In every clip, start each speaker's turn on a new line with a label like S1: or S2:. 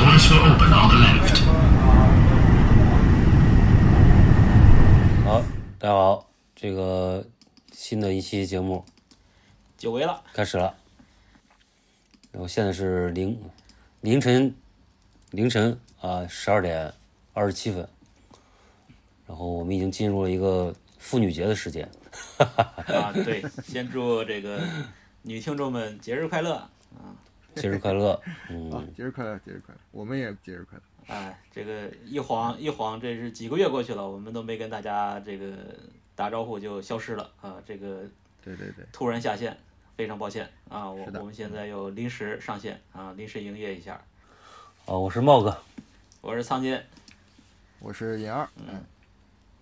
S1: turn on the left.
S2: 好，大家好，这个新的一期节目
S3: 久违了，
S2: 开始了。然后现在是凌凌晨凌晨啊十二点二十七分，然后我们已经进入了一个妇女节的时间。
S3: 啊，对，先祝这个女听众们节日快乐。
S2: 节日快乐！
S4: 啊
S2: 嗯，，
S4: 节日快乐，节日快乐，我们也节日快乐。
S3: 哎，这个一晃一晃，这是几个月过去了，我们都没跟大家这个打招呼就消失了啊！这个
S4: 对对对，
S3: 突然下线，非常抱歉啊！我
S4: 是的
S3: 我们现在又临时上线啊，临时营业一下。
S2: 啊，我是茂哥，
S3: 我是仓金
S4: 我是尹二，嗯，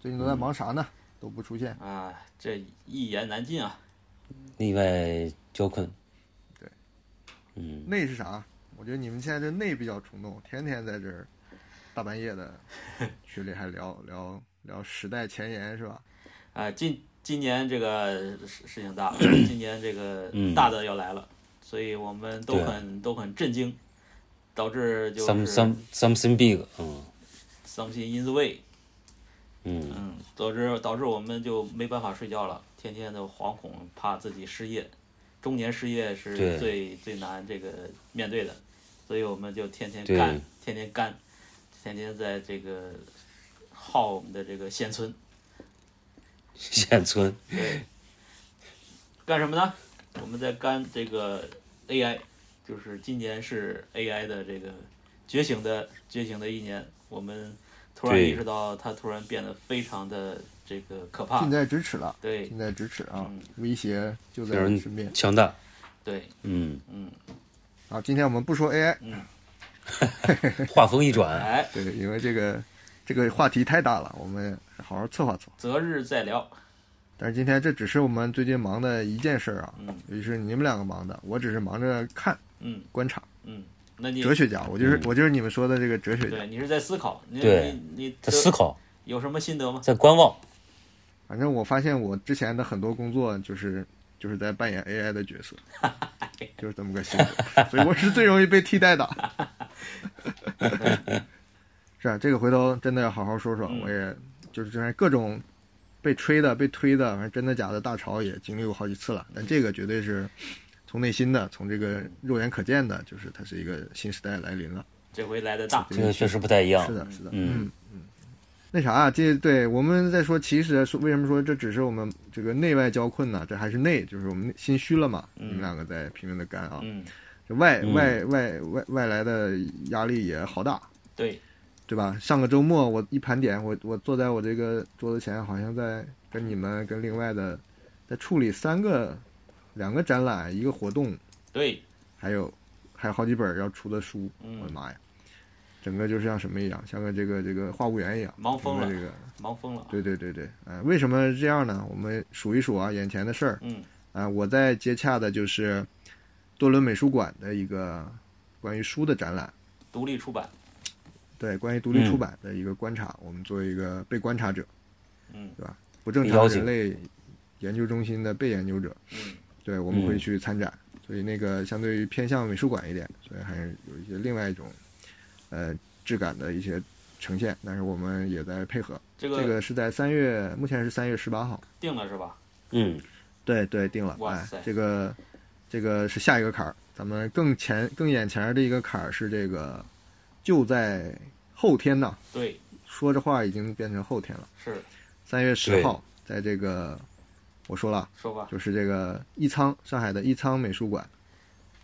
S4: 最近都在忙啥呢？都不出现，
S3: 啊，这一言难尽啊！
S2: 内外交困。
S4: 对，
S2: 嗯，
S4: 内是啥？我觉得你们现在这内比较冲动，天天在这儿大半夜的群里还聊 聊聊时代前沿是吧？
S3: 啊，今今年这个事事情大了，今年这个
S2: 嗯
S3: 大的要来了，所以我们都
S2: 对
S3: 很都很震惊，导致就是
S2: some some something big，嗯
S3: something in the way，
S2: 嗯，
S3: 嗯，导致导致我们就没办法睡觉了，天天的惶恐，怕自己失业，中年失业
S2: 对
S3: 是最最难这个面对的，所以我们就天天
S2: 对
S3: 干，天天干，天天在这个耗我们的这个闲存，
S2: 现村
S3: 对，干什么呢？我们在干这个 AI，就是今年是 AI 的这个觉醒的觉醒的一年，我们突然
S2: 对
S3: 意识到它突然变得非常的这个可怕
S4: 近，在咫尺了，
S3: 对
S4: 近在咫尺啊
S3: 嗯，
S4: 威胁就
S2: 非
S4: 在
S2: 常
S4: 身边
S2: 强大。
S3: 对，
S2: 嗯，
S3: 嗯，
S4: 啊。今天我们不说 AI，
S2: 话锋一转，
S3: 哎，
S4: 对，因为这个这个话题太大了，我们好好策划策划。
S3: 择日再聊，
S4: 但是今天这只是我们最近忙的一件事儿啊，
S3: 嗯
S4: 尤其是你们两个忙的，我只是忙着看
S3: 嗯
S4: 观察。
S3: 嗯，那你
S4: 哲学家，我就是、
S2: 嗯
S4: 我就是你们说的这个哲学家。
S3: 对你是在思考，你
S2: 对
S3: 你你
S2: 在思考，
S3: 有什么心得吗？
S2: 在观望。
S4: 反正我发现我之前的很多工作就是就是在扮演 AI 的角 色，就是这么个性格，所以我是最容易被替代的。 是啊，这个回头真的要好好说说。
S3: 嗯
S4: 我也就是之前各种被吹的、被推的，反正真的假的大潮也经历过好几次了。但这个绝对是从内心的、从这个肉眼可见的，就是它是一个新时代来临了。
S3: 这回来的大，
S2: 这个确实不太一样
S4: 嗯是。的，是的，
S2: 嗯
S4: 嗯嗯。那啥、这对我们在说，其实说为什么说这只是我们这个内外交困呢？这还是内，就是我们心虚了嘛。
S3: 嗯
S4: 你们两个在拼命的干啊，
S3: 嗯，
S4: 这外
S2: 嗯
S4: 外外外外来的压力也好大，
S3: 对，
S4: 对吧？上个周末我一盘点，我我坐在我这个桌子前，好像在跟你们跟另外的在处理三个两个展览，一个活动，
S3: 对，
S4: 还有还有好几本要出的书，
S3: 嗯
S4: 我的妈呀！整个就是像什么一样，像个这个这个话务员一样，
S3: 忙疯了
S4: 整个这个，
S3: 忙疯了，
S4: 对对对对，呃，为什么这样呢？我们数一数啊，眼前的事儿
S3: 嗯
S4: 啊、呃我在接洽的就是多伦美术馆的一个关于书的展览，
S3: 独立出版，
S4: 对，关于独立出版的一个观察，我们作为一个被观察者，
S3: 嗯
S4: 不正
S2: 被邀
S4: 常
S2: 请
S4: 人类研究中心的被研究者，
S3: 嗯
S4: 对，我们
S2: 嗯
S4: 会去参展，所以那个相对于偏向美术馆一点，所以还是有一些另外一种，呃，质感的一些呈现。但是我们也在配合，
S3: 这
S4: 这
S3: 个
S4: 个是在三月，目前是三月十八号，
S3: 定了是吧？
S2: 嗯，
S4: 对对，定了。
S3: 哇
S4: 哎
S3: 塞，
S4: 这个这个是下一个坎儿，咱们更前更眼前儿的一个坎儿是这个，就在后天呐，
S3: 对，
S4: 说这话已经变成后天了，
S3: 是
S4: 三月十
S2: 对
S4: 号，在这个我说了啊。
S3: 说吧，
S4: 就是这个艺仓上海的艺仓美术馆，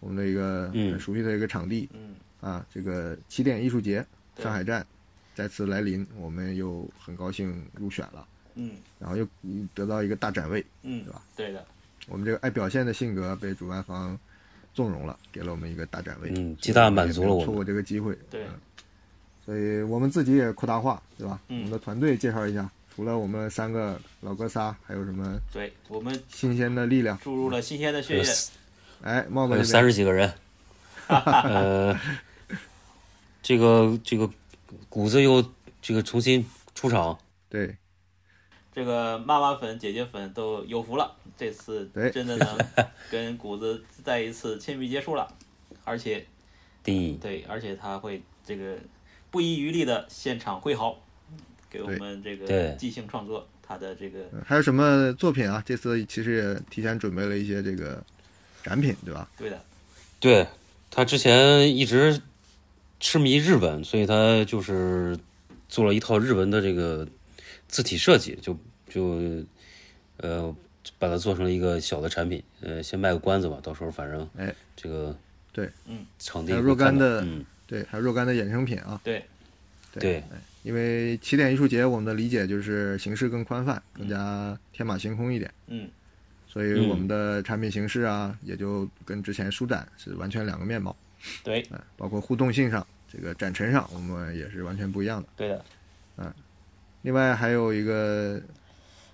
S4: 我们的一个
S2: 嗯
S4: 很熟悉的一个场地、
S3: 嗯，
S4: 啊，这个起点艺术节
S3: 对
S4: 上海站再次来临，我们又很高兴入选了，
S3: 嗯
S4: 然后又得到一个大展位。
S3: 嗯，
S4: 对吧？
S3: 对的，
S4: 我们这个爱表现的性格被主办方纵容了，给了我们一个大展位，
S2: 嗯极大满足了我们
S4: 也没有错过这个机会，
S3: 对
S4: 嗯所以我们自己也扩大化，对吧？
S3: 嗯
S4: 我们的团队介绍一下，除了我们三个老哥仨，还有什么
S3: 对我们
S4: 新鲜的力量？
S3: 注入了新鲜
S2: 嗯
S3: 的血液，
S4: 哎，帽子
S2: 还
S4: 这
S2: 有
S4: 边
S2: 三十几个 人，呃，这个这个谷子又这个重新出场，
S4: 对
S3: 这个妈妈粉、姐姐粉都有福了，这次
S4: 对
S3: 真的 能跟谷子再一次亲密接触了，而且
S2: 第一，
S3: 对，而且他会这个
S5: 不遗余力的现场挥毫，给我
S4: 对
S5: 们这个
S2: 对
S5: 即兴创作他的这个
S4: 嗯还有什么作品啊？这次其实也提前准备了一些这个展品，对吧？
S5: 对的，
S2: 对他之前一直痴迷日文，所以他就是做了一套日文的这个字体设计，就就呃把它做成了一个小的产品，呃，先卖个关子吧，到时候反正
S4: 哎
S2: 这个
S4: 对
S5: 嗯
S2: 场地
S4: 还有
S2: 会
S4: 若干
S2: 看到
S4: 的
S2: 嗯
S4: 对，还有若干的衍生品啊。
S5: 对
S2: 对
S4: 因为起点艺术节，我们的理解就是形式更宽泛，更加天马行空一点，
S5: 嗯
S4: 所以我们的产品形式啊，也就跟之前书展是完全两个面貌，
S5: 对
S4: 嗯，包括互动性上，这个展陈上，我们也是完全不一样的。
S5: 对的，
S4: 另外还有一个，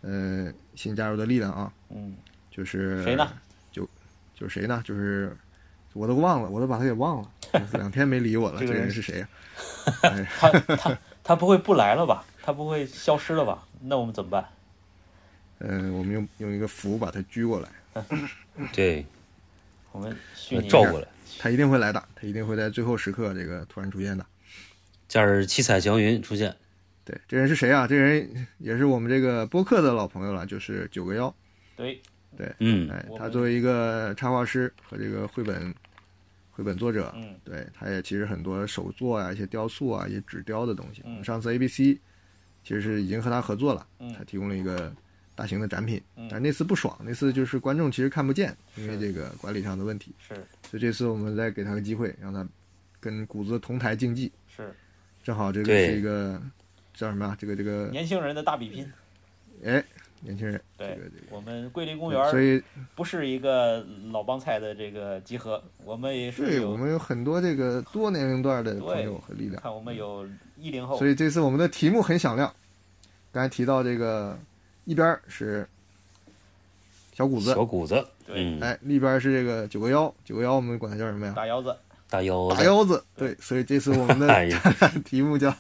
S4: 呃，新加入的力量啊，
S5: 嗯
S4: 就是
S5: 谁呢？
S4: 就是谁呢？就是我都忘了，我都把他给忘了，两天没理我 了，
S5: 这个
S4: 这个
S5: 人
S4: 人是谁呀、啊
S5: 他他他不会不来了吧？他不会消失了吧？那我们怎么办？
S4: 嗯、我们用用一个符把他拘过来，
S2: 对，
S5: 我们虚
S2: 呃
S5: 拟
S2: 照过来。
S4: 他一定会来的，他一定会在最后时刻这个突然出现的。
S2: 驾驶七彩祥云出现，
S4: 对，这人是谁啊？这人也是我们这个播客的老朋友了，就是九个幺。
S5: 对
S2: 嗯，
S4: 哎
S5: 我，
S4: 他
S5: 们
S4: 作为一个插画师和这个绘本绘本作者，
S5: 嗯
S4: 对，他也其实很多手作啊、一些雕塑啊、一些纸雕的东西。
S5: 嗯
S4: 我们上次 ABC 其实是已经和他合作了，
S5: 嗯
S4: 他提供了一个大型的展品，
S5: 嗯
S4: 但那次不爽，那次就是观众其实看不见，因为
S5: 是
S4: 这个管理上的问题，
S5: 是
S4: 所以这次我们再给他个机会，让他跟谷子同台竞技，
S5: 是
S4: 正好这个
S2: 对
S4: 是一个叫什么啊？这个这个
S5: 年轻人的大比拼。
S4: 哎，年轻人，这
S5: 对
S4: 个这个。嗯
S5: 我们桂林公园
S4: 所
S5: 儿
S4: 以
S5: 不是一个老帮菜的这个集合，我们也是
S4: 对我
S5: 有
S4: 们有很多这个多年龄段的朋友和力量，
S5: 看我们有一零后
S4: 所，以这次我们的题目很响亮。刚才提到这个，一边儿是小谷子，
S2: 小谷子，
S5: 对
S2: 嗯，
S4: 哎，另一边儿是这个九个腰，九个腰我们管它叫什么呀？
S5: 大腰子，
S2: 大腰
S4: 大
S2: 子，
S4: 腰子。对，所以这次我们
S2: 哎
S4: 的
S2: 呀，
S4: 题目叫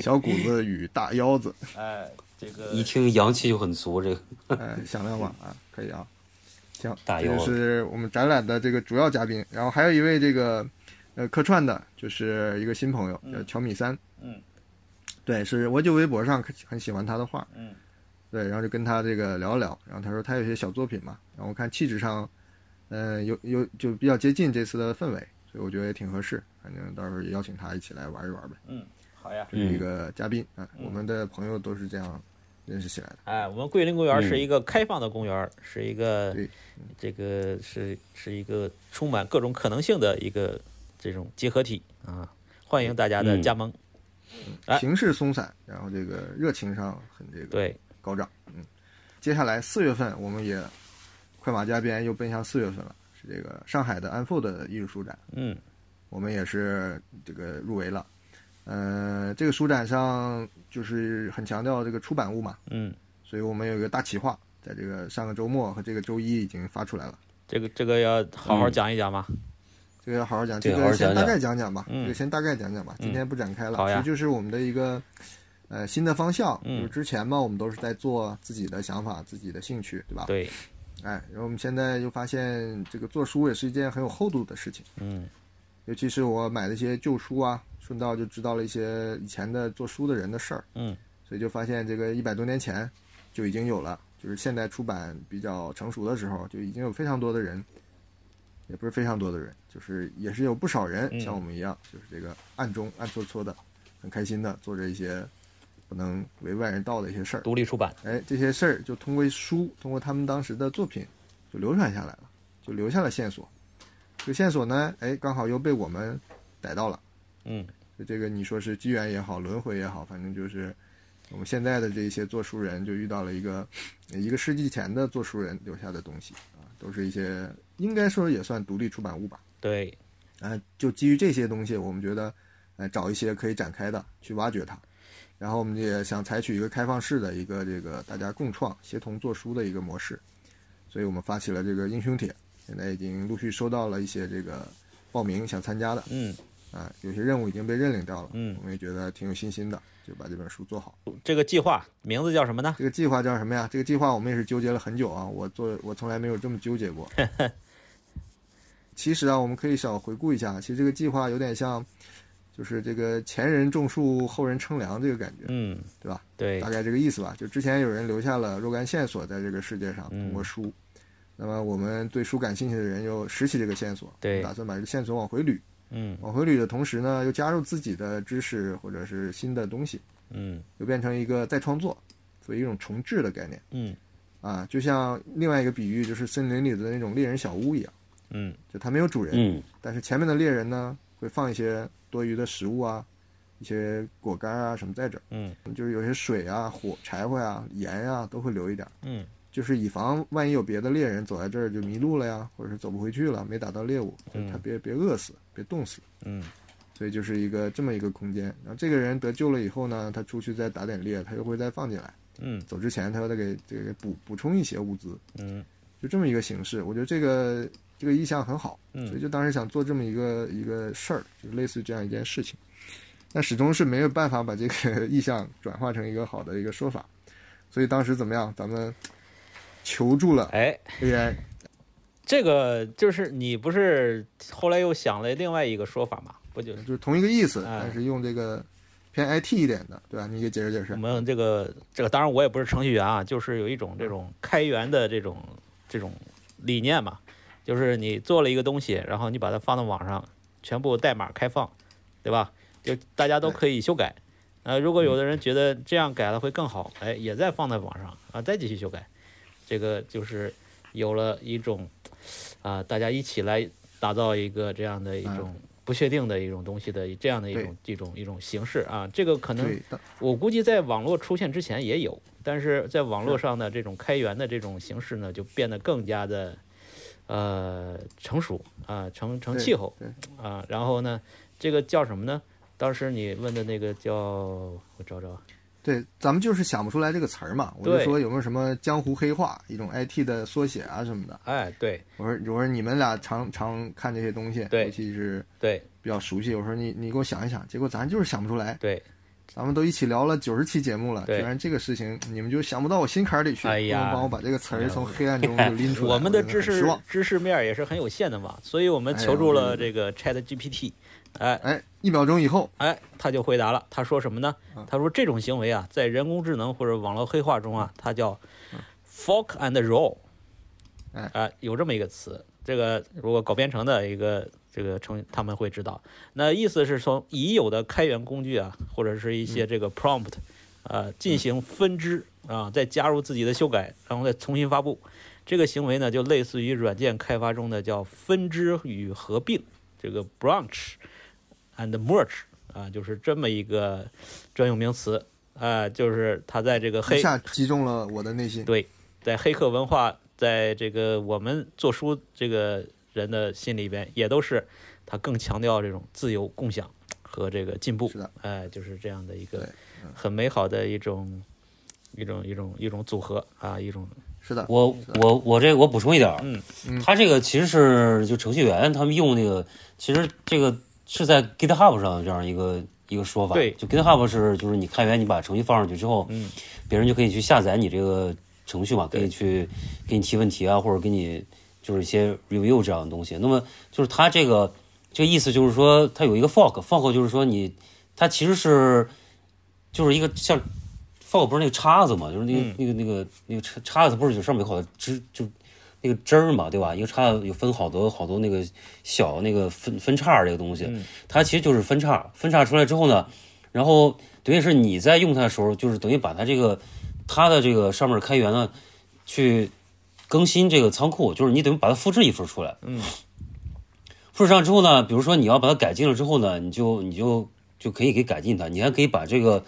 S4: 小谷子与大腰子，
S5: 哎，这个
S2: 一听阳气就很足，这个
S4: 哎，响亮吧啊，可以啊。行，
S2: 大
S4: 这
S2: 腰
S4: 就
S2: 子
S4: 是我们展览的这个主要嘉宾，然后还有一位这个呃客串的，就是一个新朋友
S5: 嗯
S4: 叫乔米三，
S5: 嗯，
S4: 对，是我就微博上很很喜欢他的画，
S5: 嗯，
S4: 对，然后就跟他这个聊一聊，然后他说他有些小作品嘛，然后我看气质上，呃，有有就比较接近这次的氛围，所以我觉得也挺合适，反正到时候也邀请他一起来玩一玩呗，
S5: 嗯，好呀，
S4: 这是一个嘉宾啊，我们的朋友都是这样认识起来的，
S5: 哎，我们桂林公园
S2: 嗯
S5: 是一个开放的公园，是一个
S4: 对
S5: 这个是是一个充满各种可能性的一个这种结合体啊，欢迎大家的
S2: 嗯
S5: 加盟。哎
S4: 形式松散，然后这个热情上很这个
S5: 对，
S4: 高涨。嗯，接下来四月份我们也快马加鞭又奔向四月份了，是这个上海的 Unfold 艺术书展，
S5: 嗯，
S4: 我们也是这个入围了。呃，这个书展上就是很强调这个出版物嘛，
S5: 嗯，
S4: 所以我们有一个大企划，在这个上个周末和这个周一已经发出来了。
S5: 这个这个要好好
S2: 嗯
S5: 讲一讲嘛。
S4: 这个要好好讲，
S2: 对
S4: 这
S2: 好
S4: 个
S2: 好讲嗯
S4: 先大
S2: 讲
S4: 概讲讲吧，
S5: 嗯
S4: 这个先大概讲讲吧，今天不展开了，
S5: 好
S4: 其
S5: 呀
S4: 实就是我们的一个呃新的方向，
S5: 嗯
S4: 就是之前嘛，我们都是在做自己的想法、自己的兴趣，对吧？
S5: 对，
S4: 哎，然后我们现在就发现，这个做书也是一件很有厚度的事情，
S5: 嗯
S4: 尤其是我买了一些旧书啊，顺道就知道了一些以前的做书的人的事儿，
S5: 嗯，
S4: 所以就发现这个一百多年前就已经有了，就是现代出版比较成熟的时候，就已经有非常多的人，也不是非常多的人，就是也是有不少人
S5: 嗯
S4: 像我们一样，就是这个暗中暗搓搓的，很开心的做着一些不能为外人道的一些事儿。
S5: 独立出版，
S4: 哎，这些事儿就通过书，通过他们当时的作品，就流传下来了，就留下了线索。这个线索呢，哎，刚好又被我们逮到了。
S5: 嗯，
S4: 就这个你说是机缘也好，轮回也好，反正就是我们现在的这些做书人就遇到了一个一个世纪前的做书人留下的东西啊，都是一些应该说也算独立出版物吧。
S5: 对，
S4: 啊，就基于这些东西，我们觉得，呃，找一些可以展开的去挖掘它。然后我们也想采取一个开放式的一个这个大家共创、协同做书的一个模式，所以我们发起了这个英雄帖，现在已经陆续收到了一些这个报名想参加的
S5: 嗯，
S4: 啊，有些任务已经被认领掉了，
S5: 嗯
S4: 我们也觉得挺有信心的，就把这本书做好。
S5: 这个计划名字叫什么呢？
S4: 这个计划叫什么呀？这个计划我们也是纠结了很久啊，我做我从来没有这么纠结 过。其实啊，我们可以小回顾一下，其实这个计划有点像，就是这个前人种树，后人乘凉这个感觉，
S2: 嗯，
S4: 对吧？
S2: 对
S4: 大，概这个意思吧。就之前有人留下了若干线索在这个世界上，
S2: 嗯
S4: 通过书。那么我们对书感兴趣的人又拾起这个线索，
S2: 对
S4: 打算把这个线索往回捋。
S2: 嗯
S4: 往回捋的同时呢，又加入自己的知识或者是新的东西，
S2: 嗯
S4: 就变成一个再创作，所以一种重置的概念
S2: 嗯
S4: 啊。就像另外一个比喻，就是森林里的那种猎人小屋一样，
S2: 嗯
S4: 就它没有主人，
S2: 嗯
S4: 但是前面的猎人呢，会放一些多余的食物啊，一些果干啊什么在这儿，
S2: 嗯
S4: 就是有些水啊、火、柴火啊、盐啊都会留一点儿，
S2: 嗯
S4: 就是以防万一有别的猎人走在这儿就迷路了呀，或者是走不回去了，没打到猎物，就
S2: 嗯
S4: 他别别饿死，别冻死。
S2: 嗯
S4: 所以就是一个这么一个空间。然后这个人得救了以后呢，他出去再打点猎，他又会再放进来。
S2: 嗯
S4: 走之前，他又再给这个补补充一些物资，
S2: 嗯
S4: 就这么一个形式。我觉得这个这个意向很好，所以
S2: 嗯
S4: 就当时想做这么一个一个事儿，就类似于这样一件事情。但始终是没有办法把这个意向转化成一个好的一个说法，所以当时怎么样？咱们求助了
S2: 哎，
S4: AI，
S2: 这个就是你不是后来又想了另外一个说法嘛？不就是
S4: 就是同一个意思，
S2: 哎
S4: 但是用这个偏 IT 一点的，对吧？你给解释解
S2: 我
S4: 释。
S2: 们这个这个，当然我也不是程序员啊，就是有一种这种开源的这种这种理念嘛，就是你做了一个东西，然后你把它放到网上，全部代码开放，对吧？就大家都可以修改。呃，如果有的人觉得这样改了会更好，哎，也再放在网上啊，再继续修改，这个就是有了一种啊、大家一起来打造一个这样的一种不确定的一种东西的这样的一种一种一种形式啊，这个可能
S4: 对，当
S2: 我估计在网络出现之前也有，但是在网络上的这种开源的这种形式呢，就变得更加的呃成熟啊、成成气候
S4: 对
S2: 啊、然后呢，这个叫什么呢？当时你问的那个叫我找找啊，
S4: 对，咱们就是想不出来这个词儿嘛，我就
S2: 对
S4: 说有没有什么江湖黑话，一种 IT 的缩写啊什么的。
S2: 哎，对
S4: 我说我说你们俩常常看这些东西，
S2: 对
S4: 尤其是
S2: 对
S4: 比较熟悉。我说你你给我想一想，结果咱就是想不出来。
S2: 对，
S4: 咱们都一起聊了九十期节目了，居
S2: 对
S4: 然这个事情你们就想不到我心坎里去，
S2: 哎呀
S4: 不能帮我把这个词儿从黑暗中就拎出来。
S2: 我们的
S4: 真的很
S2: 知识
S4: 失望。
S2: 知识面儿也是很有限的嘛，所以我们
S4: 哎呀
S2: 求助
S4: 我
S2: 了
S4: 这
S2: 这个 Chat GPT，哎，
S4: 哎，一秒钟以后，
S2: 哎，他就回答了，他说什么呢？他说这种行为啊，在人工智能或者网络黑化中啊，它叫 fork and roll，
S4: 哎
S2: 啊、有这么一个词。这个如果搞编程的一个这个程，他们会知道。那意思是从已有的开源工具啊，或者是一些这个 prompt，、呃，进行分支啊、再加入自己的修改，然后再重新发布。这个行为呢，就类似于软件开发中的叫分支与合并，这个 branch and merge 啊，就是这么一个专有名词啊，就是它在这个
S4: 一
S2: 黑
S4: 下击中了我的内心。
S2: 对，在黑客文化，在这个我们做书这个人的心里边，也都是他更强调这种自由、共享和这个进步。
S4: 是的，
S2: 哎、就是这样的一
S4: 对嗯
S2: 个很美好的一种一种一种一种组合啊，一种
S4: 是的，
S2: 我我我这我补充一点，嗯
S4: 嗯
S2: 他这个其实是就程序员他们用那个，其实这个是在 GitHub 上这样一个一个说法，
S5: 对
S2: 就 GitHub 是就是你开源，你把程序放上去之后，
S5: 嗯，
S2: 别人就可以去下载你这个程序嘛，可
S5: 对
S2: 以去给你提问题啊，或者给你就是一些 review 这样的东西。那么就是他这个这个意思就是说，它有一个 fork，fork 就是说你它其实是就是一个像 fork 不是那个叉子嘛，就是那个、
S5: 嗯
S2: 那个那个那个叉叉子不是就上面有好多枝就那个枝儿嘛，对吧？一个叉子有分好多好多那个小那个分分叉儿这个东西，
S5: 嗯
S2: 它其实就是分叉，分叉出来之后呢，然后等于是你在用它的时候，就是等于把它这个它的这个上面开源呢去更新这个仓库，就是你等于把它复制一份出来。
S5: 嗯，
S2: 复制上之后呢，比如说你要把它改进了之后呢，你就你就就可以给改进它，你还可以把这个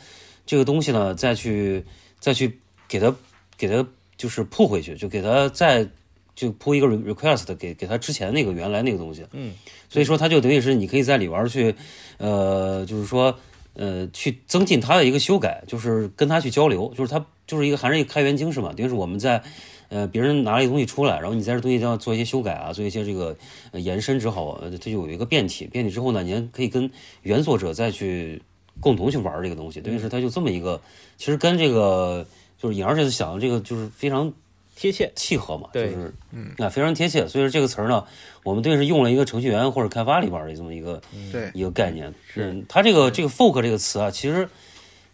S2: 这个东西呢再去再去给它给它就是铺回去，就给它再就铺一个 re- request 给给它之前那个原来那个东西。
S5: 嗯，
S2: 所以说它就等于是你可以在里边儿去，呃，就是说。呃，去增进它的一个修改，就是跟它去交流，就是它就是一个还是一个开源精神嘛，等于是我们在呃，别人拿了一个东西出来，然后你在这东西上做一些修改啊，做一些这个、呃延伸之后，呃，它就有一个变体。变体之后呢，你还可以跟原作者再去共同去玩这个东西，等于是它就这么一个，其实跟这个就是颖儿这次想的这个就是非常
S3: 贴切。
S2: 契合嘛，就
S3: 对
S2: 是嗯，啊，非常贴切。所以说这个词儿呢，我们对是用了一个程序员或者开发里边儿的这么一个
S4: 对，
S2: 一个概念。嗯，它这个这个 folk 这个词啊，其实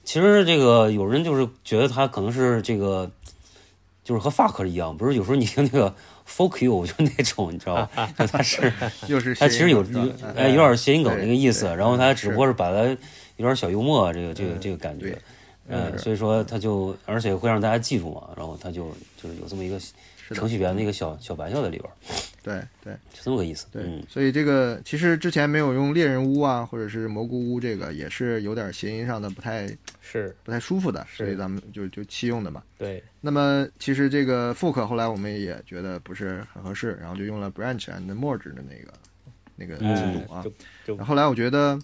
S2: 其实这个有人就是觉得它可能是这个就是和 fuck 一样，不是有时候你听那个 folk you 就那种，你知道吧？就它是
S4: 又是
S2: 它其实有
S4: 谐音
S2: 有
S4: 梗是吧
S2: 哎有点谐音梗这个意思，
S4: 对对
S2: 然后它只不过是把它有点小幽默，这个这个这个感觉
S4: 对。
S2: 嗯，所以说它就，而且会让大家记住嘛，然后它就就是有这么一个
S4: 的
S2: 程序员的一个小小玩笑在里边儿，
S4: 对对
S2: 是这么个意思。
S4: 对
S2: 嗯，，
S4: 所以这个其实之前没有用猎人屋啊，或者是蘑菇屋，这个也是有点谐音上的不太
S3: 是，
S4: 不太舒服的，所以
S3: 是
S4: 咱们就就弃用的嘛。
S3: 对，
S4: 那么其实这个 fork 后来我们也觉得不是很合适，然后就用了 branch and merge 的那个那个
S2: 嗯
S4: 字母啊。
S3: 就就
S4: 然后后来我觉得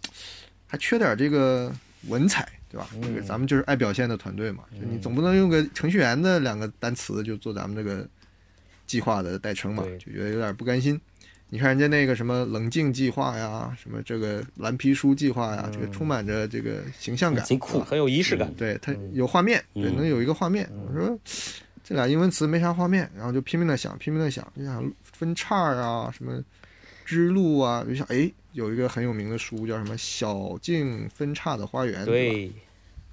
S4: 还缺点这个文采，对吧？
S3: 嗯
S4: 这个咱们就是爱表现的团队嘛，就你总不能用个程序员的两个单词就做咱们这个计划的代称嘛，
S3: 对
S4: 就觉得有点不甘心。你看人家那个什么冷静计划呀，什么这个蓝皮书计划呀，这个充满着这个形象感，
S2: 嗯贼
S4: 对
S2: 酷
S4: 吧，
S3: 嗯很有仪式感。
S4: 对，它有画面，对，
S2: 嗯
S4: 能有一个画面。我说这俩英文词没啥画面，然后就拼命的想，拼命的想，就想分叉儿啊，什么支路啊，就想哎，有一个很有名的书叫什么《小径分叉的花园》，吧，
S3: 对，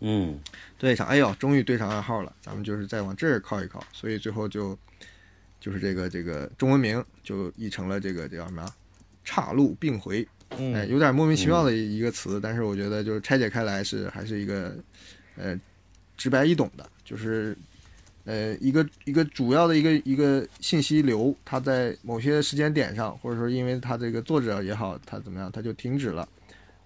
S2: 嗯，
S4: 对上，哎呦，终于对上暗号了，咱们就是再往这儿靠一靠，所以最后就就是这个这个中文名就译成了这个这叫什么啊岔路并回，哎，
S3: 嗯，
S4: 有点莫名其妙的一一个词，但是我觉得就是拆解开来是还是一个，呃，直白易懂的，就是，呃，一个一个主要的一个一个信息流，它在某些时间点上，或者说因为它这个作者也好，它怎么样，它就停止了，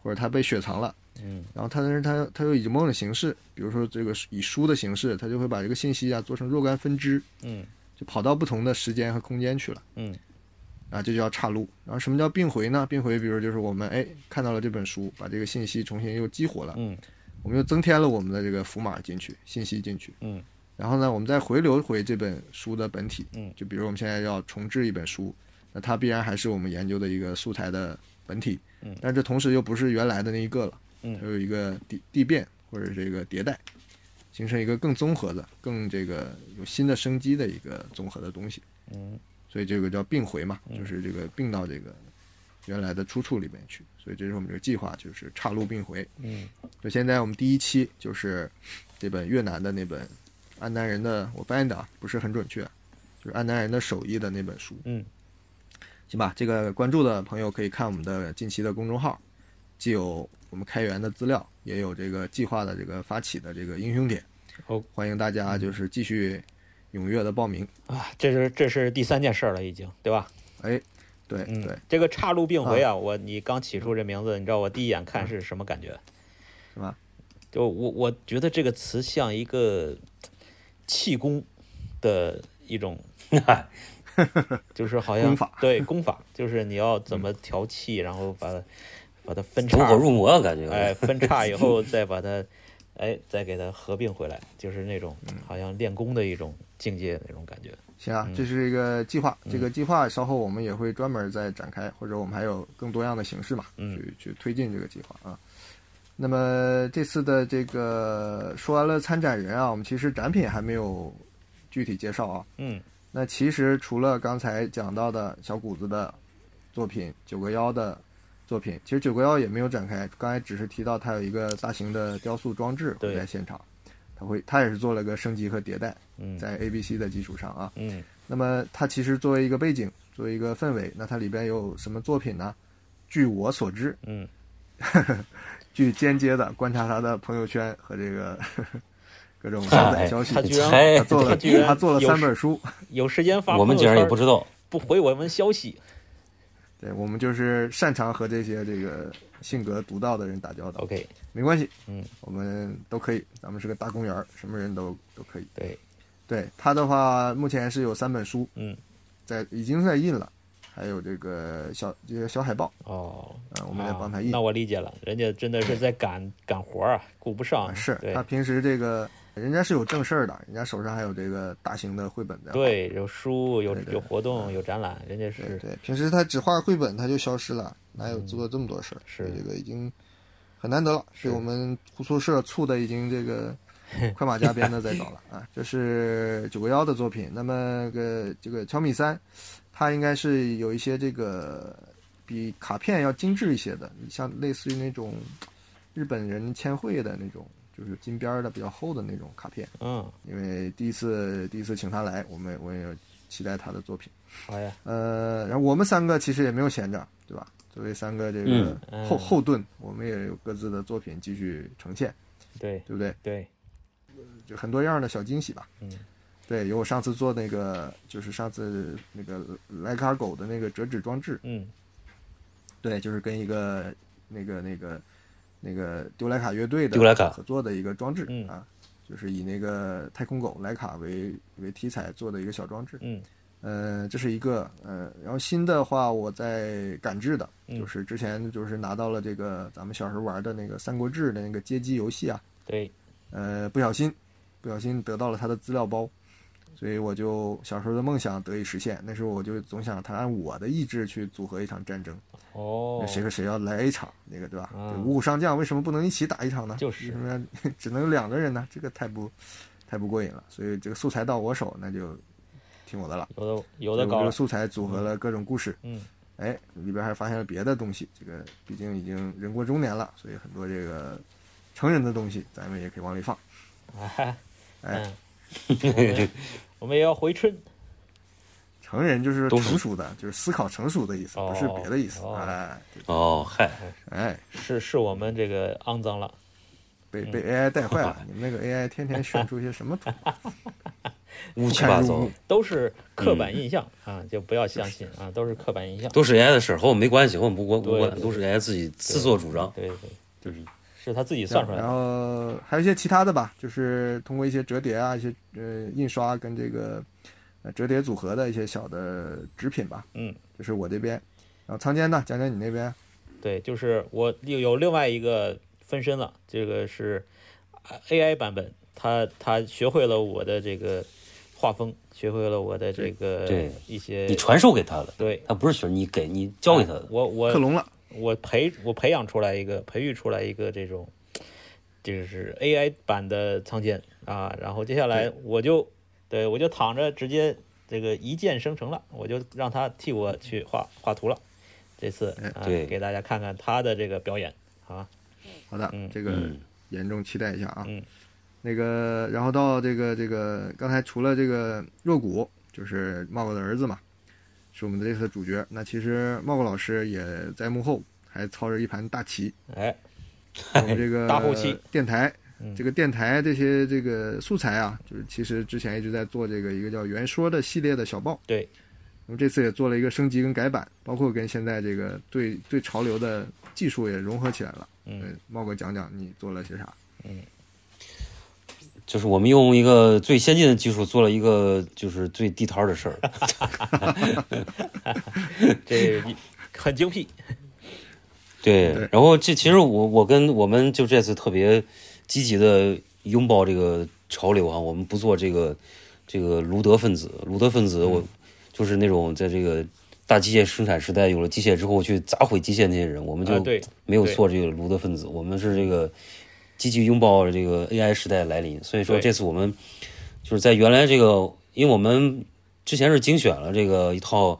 S4: 或者它被雪藏了，
S3: 嗯，
S4: 然后它但是它它又以某种形式，比如说这个以书的形式，它就会把这个信息啊做成若干分支，
S3: 嗯，
S4: 就跑到不同的时间和空间去了。
S3: 嗯，
S4: 啊，这就叫岔路。然后什么叫并回呢？并回，比如就是我们哎看到了这本书，把这个信息重新又激活了，
S3: 嗯，
S4: 我们又增添了我们的这个符码进去，信息进去，
S3: 嗯，
S4: 然后呢，我们再回流回这本书的本体，
S3: 嗯，
S4: 就比如我们现在要重置一本书，那它必然还是我们研究的一个素材的本体，
S3: 嗯，
S4: 但这同时又不是原来的那一个了，
S3: 嗯
S4: 它有一个递递变或者这个迭代。形成一个更综合的、更这个有新的生机的一个综合的东西。
S3: 嗯，
S4: 所以这个叫并回嘛，就是这个并到这个原来的出处里面去。所以这是我们这个计划，就是岔路并回。
S3: 嗯，
S4: 就现在我们第一期就是这本越南的那本安南人的，我翻译的啊不是很准确，就是安南人的手艺的那本书。
S3: 嗯，
S4: 行吧，这个关注的朋友可以看我们的近期的公众号，既有我们开源的资料，也有这个计划的这个发起的这个英雄帖。
S2: 哦
S3: 好，
S4: 欢迎大家就是继续踊跃的报名。
S3: 啊，这是这是第三件事儿了，已经，对吧？
S4: 哎，对
S3: 嗯，
S4: 对，，
S3: 这个岔路并回啊，我你刚起出这名字，你知道我第一眼看
S2: 嗯
S3: 是什么感觉？
S4: 是吧？
S3: 就我我觉得这个词像一个气功的 一种，就是好像
S4: 功法
S3: 对功法，就是你要怎么调气，然后把它把它分
S2: 走
S3: 叉
S2: 火，入魔啊，感觉。
S3: 哎，分叉以后再把 它。哎，再给它合并回来，就是那种
S2: 嗯
S3: 好像练功的一种境界那种感觉。
S4: 行啊，
S3: 嗯
S4: 这是一个计划，这个计划稍后我们也会专门再展开，或者我们还有更多样的形式嘛，
S3: 嗯
S4: 去去推进这个计划啊。那么这次的这个说完了参展人啊，我们其实展品还没有具体介绍啊。
S3: 嗯
S4: 那其实除了刚才讲到的小谷子的作品，九个妖的作品，其实九个妖也没有展开，刚才只是提到它有一个大型的雕塑装置会
S3: 对
S4: 在现场，它会它也是做了个升级和迭代，
S3: 嗯
S4: 在 A、B、C 的基础上啊。
S3: 嗯
S4: 那么它其实作为一个背景，作为一个氛围，那它里边有什么作品呢？据我所知，
S3: 嗯，
S4: 据间接的观察他的朋友圈和这个 各种下载消息，
S3: 他居然
S4: 他
S2: 才
S4: 做了
S3: 他居然
S4: 他做了
S3: 有
S4: 三本书。
S3: 有时间发
S2: 我们
S3: 朋
S2: 竟
S3: 友
S2: 然也
S3: 圈
S2: 不知道，
S3: 不回我们消息。
S4: 对我们就是擅长和这些这个性格独到的人打交道，
S3: OK，
S4: 没关系，
S3: 嗯，
S4: 我们都可以，咱们是个大公园儿，什么人都都可以。
S3: 对，
S4: 对他的话，目前是有三本书
S3: 嗯，
S4: 在已经在印了，还有这个小这个小海报，
S3: 哦，
S4: 嗯，我们在帮他印
S3: 啊。那我理解了，人家真的是在赶赶活儿啊，顾不上。
S4: 啊，是
S3: 对
S4: 他平时这个人家是有正事儿的，人家手上还有这个大型的绘本的。
S3: 对，有书，有
S4: 对对啊
S3: 有活动，有展览，人家
S4: 对
S3: 是嗯
S4: 对，平时他只画绘本他就消失了，哪有做这么多事儿？
S3: 是
S4: 所以这个已经很难得了，是我们胡宿舍促的已经这个快马加鞭的在搞了啊！这是九个幺的作品。那么个这个小米三，它应该是有一些这个比卡片要精致一些的，像类似于那种日本人签绘的那种，就是金边儿的比较厚的那种卡片。
S3: 嗯，
S4: 因为第一次第一次请他来，我们我也期待他的作品。
S3: 好呀，
S4: 呃，然后我们三个其实也没有闲着，对吧？作为三个这
S2: 嗯
S4: 个后、后盾，我们也有各自的作品继续呈现，
S3: 对
S4: 对不对？
S3: 对，
S4: 就很多样的小惊喜吧。
S3: 嗯，
S4: 对，有我上次做那个，就是上次那个莱卡狗的那个折纸装置，
S3: 嗯
S4: 对，就是跟一个那个那个那个丢莱卡乐队的
S2: 丢莱卡
S4: 合作的一个装置、
S3: 嗯
S4: 啊，就是以那个太空狗莱卡为为题材做的一个小装置。
S3: 嗯
S4: 呃，这是一个呃，然后新的话我在赶制的，
S3: 嗯
S4: 就是之前就是拿到了这个咱们小时候玩的那个《三国志》的那个街机游戏啊，
S3: 对，
S4: 呃，不小心，不小心得到了他的资料包，所以我就小时候的梦想得以实现。那时候我就总想他按我的意志去组合一场战争，
S3: 哦
S4: 那，谁和谁要来一场，那个对吧？
S3: 啊
S4: 对五虎上将为什么不能一起打一场呢？
S3: 就是
S4: 为什么要 只能有两个人呢？这个太不太不过瘾了。所以这个素材到我手，那就听我的了。
S3: 有的有的
S4: 所以我这
S3: 搞
S4: 个
S3: 了，
S4: 素材组合了各种故事，
S3: 嗯
S4: 哎，里边还发现了别的东西。这个毕竟已经人过中年了，所以很多这个成人的东西，咱们也可以往里放。
S3: 哎，
S4: 哎
S3: 嗯，我们 我们也要回春，
S4: 成人就是
S2: 都是
S4: 成熟的，就是思考成熟的意思，
S3: 哦
S4: 不是别的意思。
S3: 哦
S4: 哎，
S2: 哦，嗨，
S4: 哎，
S3: 是是我们这个肮脏了，
S4: 被
S3: 嗯
S4: 被 AI 带坏 了，你们那个 AI 天天炫出一些什么图？
S2: 乌七
S4: 不堪
S2: 八
S4: 入
S2: 糟
S4: 目，
S3: 都是刻
S4: 嗯
S3: 板印象啊，就不要相信啊，都是刻板印象，
S2: 都是 AI 的事儿，和我们没关系，和我们不关无
S3: 对
S2: 关，
S3: 对
S2: 都是 AI 自己自作主张。
S3: 对对，就是 是他自己算出来
S4: 然
S3: 的，
S4: 后还有一些其他的吧，就是通过一些折叠啊，一些呃印刷跟这个呃折叠组合的一些小的纸品吧。
S3: 嗯，
S4: 这是我这边。然后仓坚呢，讲讲你那边。
S3: 对，就是我有有另外一个分身了，这个是啊 AI 版本，他他学会了我的这个画风，学会了我的这个
S2: 对
S3: 一些
S2: 你传授给他的，
S3: 对。
S2: 他不是学，你给你教给他的。
S3: 我
S4: 克
S3: 我
S4: 隆了，
S3: 我培我培养出来一个，培育出来一个这种，就是 AI 版的仓坚啊。然后接下来我就对我就躺着直接这个一键生成了，我就让他替我去画画图了。这次啊，
S2: 对
S3: 给大家看看他的这个表演啊。
S4: 好的，
S3: 嗯
S4: 这个
S2: 嗯，
S4: 严重期待一下啊。
S3: 嗯
S4: 那个，然后到这个这个，刚才除了这个若谷，就是茂哥的儿子嘛，是我们的这次的主角。那其实茂哥老师也在幕后，还操着一盘大 棋。
S3: 哎，
S4: 我们这个
S3: 大后期
S4: 电台
S3: 嗯，
S4: 这个电台这些这个素材啊，就是其实之前一直在做这个一个叫“原说”的系列的小报。
S3: 对。
S4: 那么这次也做了一个升级跟改版，包括跟现在这个最最潮流的技术也融合起来了。
S3: 嗯，
S4: 嗯，茂哥讲讲你做了些啥？
S2: 就是我们用一个最先进的技术做了一个就是最地摊儿的事 儿，
S3: 这很精辟。
S2: 对
S4: 对。
S2: 然后这其实我我跟我们就这次特别积极的拥抱这个潮流啊，我们不做这个这个卢德分子，卢德分子
S3: 嗯
S2: 我就是那种在这个大机械生产时代有了机械之后去砸毁机械那些人，我们
S3: 啊，
S2: 就
S3: 对，
S2: 没有错，这个卢德分子，我们是这个积极拥抱这个 AI 时代来临。所以说，
S3: 对
S2: 这次我们就是在原来这个，因为我们之前是精选了这个一套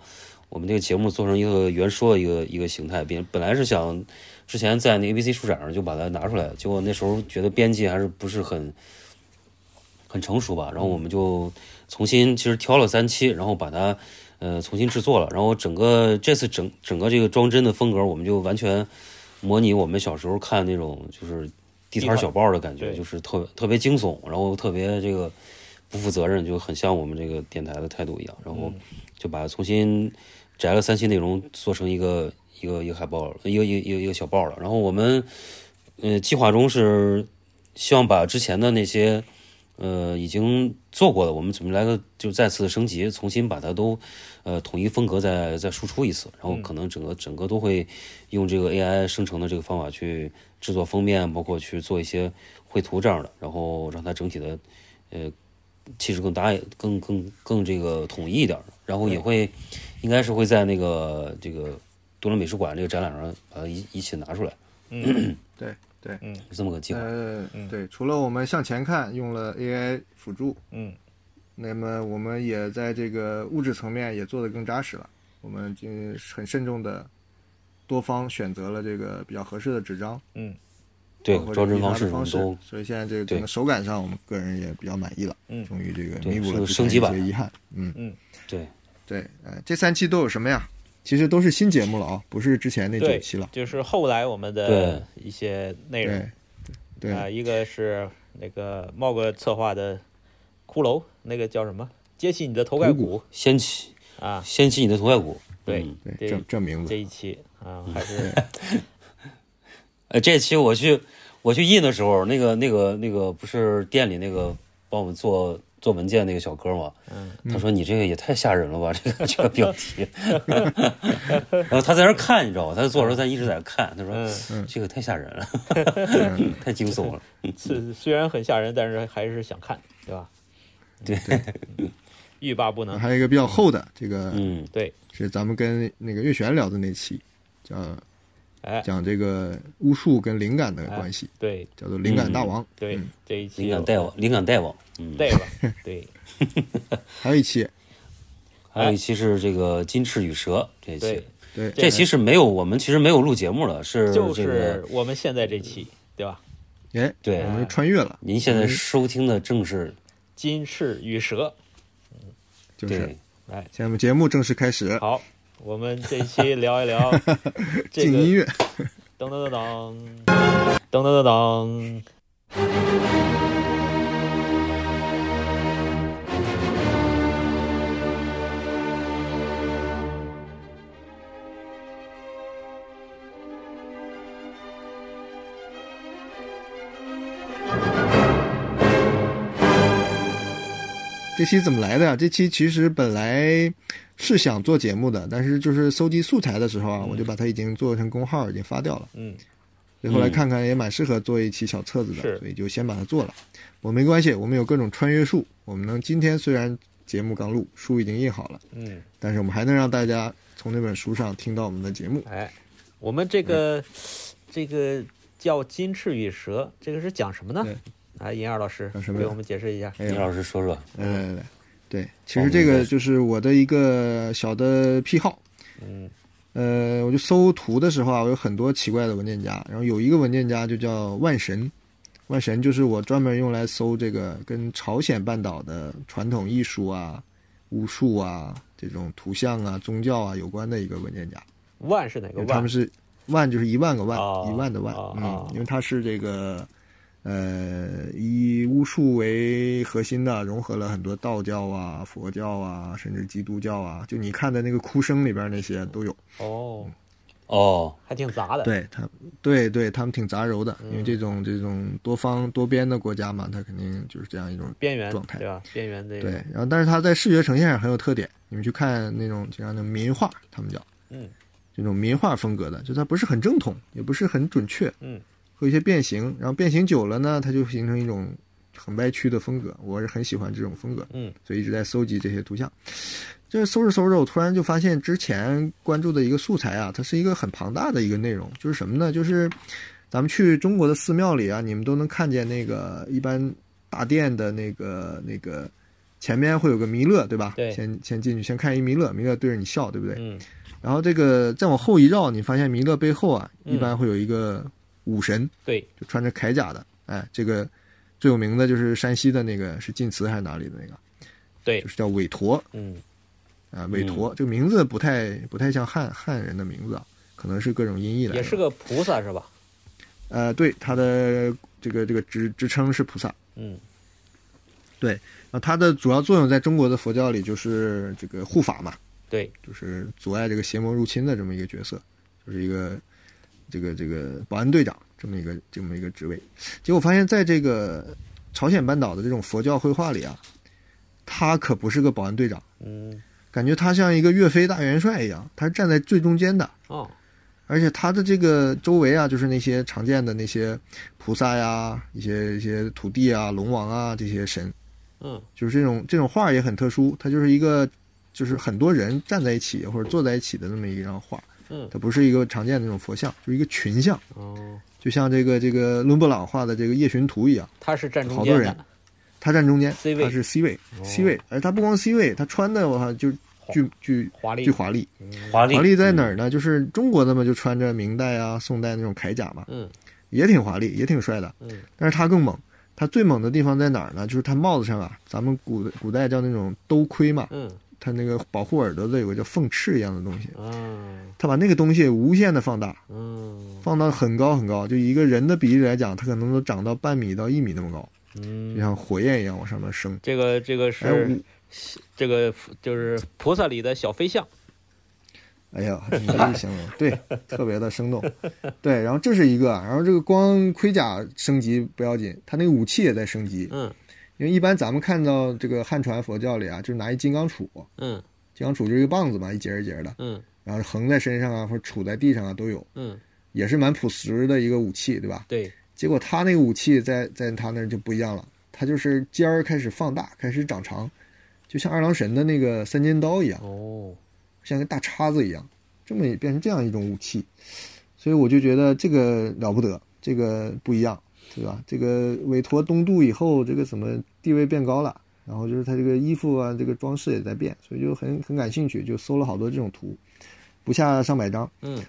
S2: 我们这个节目做成一个原说的一个一个形态，本本来是想之前在那 ABC 书展上就把它拿出来，结果那时候觉得编辑还是不是很很成熟吧，然后我们就重新其实挑了三期，然后把它。呃，重新制作了，然后整个这次整整个这个装帧的风格，我们就完全模拟我们小时候看那种就是地摊儿小报的感觉，
S3: 对
S2: 就是特特别惊悚，然后特别这个不负责任，就很像我们这个电台的态度一样。然后就把它重新摘了三期内容做成一个一个一个海报，一个一个一个一个小报了。然后我们呃计划中是希望把之前的那些呃已经做过的，我们准备来个就再次升级，重新把它都呃统一风格再再输出一次，然后可能整个整个都会用这个 AI 生成的这个方法去制作封面，包括去做一些绘图这样的，然后让它整体的呃气质更搭一更更更这个统一一点儿，然后也会应该是会在那呃个这个多伦美术馆这个展览上把它一一起拿出来。
S3: 嗯，
S4: 对，对，
S3: 嗯
S2: 是这么个计划。
S4: 呃
S3: 嗯，
S4: 对，除了我们向前看用了 AI 辅助，
S3: 嗯
S4: 那么我们也在这个物质层面也做得更扎实了。我们经很慎重的多方选择了这个比较合适的纸张，
S3: 嗯
S2: 对
S4: 包，括
S2: 招
S4: 这
S2: 针
S4: 个
S2: 方
S4: 笔
S2: 式
S4: 拿
S2: 我
S4: 的
S2: 们
S4: 式
S2: 都
S4: 所以现在这个
S2: 对
S4: 整个手感上，我们个人也比较满意了。
S3: 嗯
S4: 终于这个
S2: 对
S4: 弥补
S2: 是
S4: 了
S2: 个
S4: 之
S2: 升
S4: 前
S2: 级
S4: 一
S2: 版
S4: 些遗憾。嗯，
S2: 对，
S4: 对，呃，这三期都有什么呀？其实都是新节目了啊，不是之前那九
S3: 对
S4: 期了。
S3: 就是后来我们的一些内容
S4: 对，对，
S3: 啊、一个是那个茂哥策划的骷髅，那个叫什么？揭起你的头盖骨
S2: 掀起
S3: 啊！
S2: 掀起你的头盖骨。
S3: 对
S2: 嗯
S4: 对，
S3: 这
S4: 这这名
S3: 这
S4: 字，
S3: 一期啊，还是
S2: 呃，这期我去我去印的时候，那个那个那个不是店里那个帮我们做做文件那个小哥吗？
S3: 嗯
S2: 他说你这个也太吓人了吧，这个这个标题。 然后他在那儿看，你知道吧？他坐的时候他一直在那儿看，他说
S3: 嗯，
S2: 这个太吓人了，
S4: 嗯
S2: 太惊悚了。
S3: 是虽然很吓人，但是还是想看，对吧？
S2: 对，
S3: 欲罢不 能。
S4: 还有一个比较厚的，这个
S2: 嗯，
S3: 对，
S4: 是咱们跟那个岳璇聊的那期，叫
S3: 哎，
S4: 讲这个巫术跟灵感的关系，
S3: 对
S4: 叫做《灵感大王》。
S3: 对，这一
S2: 嗯
S3: 期
S2: 灵感带网，灵感带网。嗯，
S3: 带 吧，对
S4: 还有一期，
S2: 还有一期是这个金翅与蛇这一期
S3: 对。，
S4: 对，
S2: 这期是没有，我们其实没有录节目了，是
S3: 就
S2: 这个
S3: 是我们现在这期，对吧？
S4: 哎，
S2: 对
S4: 我。们就穿越了，
S2: 您现在收听的正是
S3: 金翅与蛇，
S4: 就是
S2: 对，
S3: 来，
S4: 现在我们节目正式开始，
S3: 好，我们这期聊一 聊这
S4: 进
S3: 个
S4: 音乐。
S3: 噔噔噔噔，噔噔噔噔。
S4: 这期怎么来的呀、这期其实本来是想做节目的，但是就是搜集素材的时候啊，我就把它已经做成公号，已经发掉了。
S3: 嗯，
S4: 所以后来看看也蛮适合做一期小册子的，
S3: 是
S4: 所以就先把它做了。我没关系，我们有各种穿越术，我们能今天虽然节目刚录，书已经印好了，
S3: 嗯，
S4: 但是我们还能让大家从那本书上听到我们的节目。
S3: 哎，我们这个这个叫《金翅与蛇》，这个是讲什么呢
S4: 对？
S3: 来，银二老师
S4: 讲什么
S3: 给
S4: 呀
S3: 我们解释一下。
S4: 哎
S2: 倪
S4: 呀，
S2: 老师说说，
S4: 来来来来，对，其实这个就是我的一个小的癖好。
S3: 嗯
S4: 呃，我就搜图的时候啊，我有很多奇怪的文件夹，然后有一个文件夹就叫万神，万神就是我专门用来搜这个跟朝鲜半岛的传统艺术啊、巫术啊这种图像啊、宗教啊有关的一个文件夹，
S3: 万是哪
S4: 因
S3: 个
S4: 为他
S3: 万
S4: 们？是万就是一万个万，
S3: 哦
S4: 一万的万，
S3: 哦哦
S4: 嗯，因为它是这个呃以巫术为核心的，融合了很多道教啊、佛教啊，甚至基督教啊，就你看的那个哭声里边那些都有。
S3: 哦，
S2: 哦，
S3: 还挺杂的。，
S4: 对他，对对，他们挺杂糅的，因为这
S3: 嗯
S4: 种这种多方多边的国家嘛，它肯定就是这样一种
S3: 边缘
S4: 状态
S3: 对吧？边缘的。
S4: 对。然后，但是它在视觉呈现上很有特点，你们去看那种这样的民画，他们叫
S3: 嗯
S4: 这种民画风格的，就它不是很正统，也不是很准确，
S3: 嗯，
S4: 会有一些变形，然后变形久了呢，它就形成一种很歪曲的风格。我是很喜欢这种风格，
S3: 嗯，
S4: 所以一直在搜集这些图像。这搜着搜着，我突然就发现之前关注的一个素材啊，它是一个很庞大的一个内容，就是什么呢？就是咱们去中国的寺庙里啊，你们都能看见那个一般大殿的那个那个前面会有个弥勒，对吧？
S3: 对
S4: 先先进去，先看一弥勒，弥勒对着你笑，对不对？
S3: 嗯
S4: 然后这个再往后一绕，你发现弥勒背后啊，
S3: 嗯
S4: 一般会有一个武神，
S3: 对，
S4: 就穿着铠甲的。哎，这个最有名的就是山西的那个是晋祠还是哪里的那个？
S3: 对
S4: 就是叫韦陀
S3: 嗯
S4: 啊，韦陀、这个名字不太不太像汉汉人的名字啊，可能是各种音译来的。
S3: 也是个菩萨是吧？
S4: 呃，对，他的这个这个职职称是菩萨。
S3: 嗯
S4: 然后它的主要作用在中国的佛教里就是这个护法嘛，
S3: 对，
S4: 就是阻碍这个邪魔入侵的这么一个角色，就是一个这个这个保安队长这么一个这么一个职位。结果发现，在这个朝鲜半岛的这种佛教绘画里啊，他可不是个保安队长，
S3: 嗯
S4: 感觉他像一个岳飞大元帅一样，他是站在最中间的。
S3: 哦
S4: 而且他的这个周围啊，就是那些常见的那些菩萨呀、一些一些土地啊、龙王啊这些神，
S3: 嗯
S4: 就是这种这种画也很特殊，它就是一个就是很多人站在一起或者坐在一起的那么一张画，
S3: 嗯
S4: 它不是一个常见的那种佛像，就是一个群像。
S3: 哦
S4: 就像这个这个伦勃朗画的这个夜巡图一样，
S3: 他是站中
S4: 好
S3: 间
S4: 多
S3: 的，
S4: 人他站中间
S3: C 位
S4: 他是 C 位、c 位，而他不光 C 位，他穿的我靠就巨巨
S3: 华丽
S4: 巨华丽，
S2: 华丽
S4: 华丽在哪儿呢？就是中国的嘛，就穿着明代啊、宋代那种铠甲嘛，
S3: 嗯，
S4: 也挺华丽，也挺帅的，
S3: 嗯，
S4: 但是他更猛，他最猛的地方在哪儿呢？就是他帽子上啊，咱们古古代叫那种兜盔嘛，
S3: 嗯
S4: 他那个保护耳朵的有个叫凤翅一样的东西，
S3: 嗯
S4: 他把那个东西无限的放大，
S3: 嗯
S4: 放到很高很高，就一个人的比例来讲，它可能都长到半米到一米那么高，就
S3: 嗯，
S4: 像火焰一样往上面升。
S3: 这个这个是、
S4: 哎我
S3: 这个就是菩萨里的小飞象，
S4: 哎呀，你这个形容 对，特别的生动。对，然后这是一个，然后这个光盔甲升级不要紧，它那个武器也在升级。
S3: 嗯
S4: 因为一般咱们看到这个汉传佛教里啊，就是拿一金刚杵，
S3: 嗯
S4: 金刚杵就是一个棒子嘛，一节儿一节儿的，
S3: 嗯
S4: 然后横在身上啊，或者杵在地上啊都有，
S3: 嗯，
S4: 也是蛮朴实的一个武器，对吧？
S3: 对，
S4: 结果他那个武器在在他那儿就不一样了，他就是尖儿开始放大，开始长长，就像二郎神的那个三尖刀一样，
S3: 哦，
S4: 像个大叉子一样，这么也变成这样一种武器。所以我就觉得这个了不得，这个不一样，对吧？这个委托东渡以后，这个怎么地位变高了？然后就是他这个衣服啊，这个装饰也在变，所以就很很感兴趣，就搜了好多这种图，不下上百张。
S3: 嗯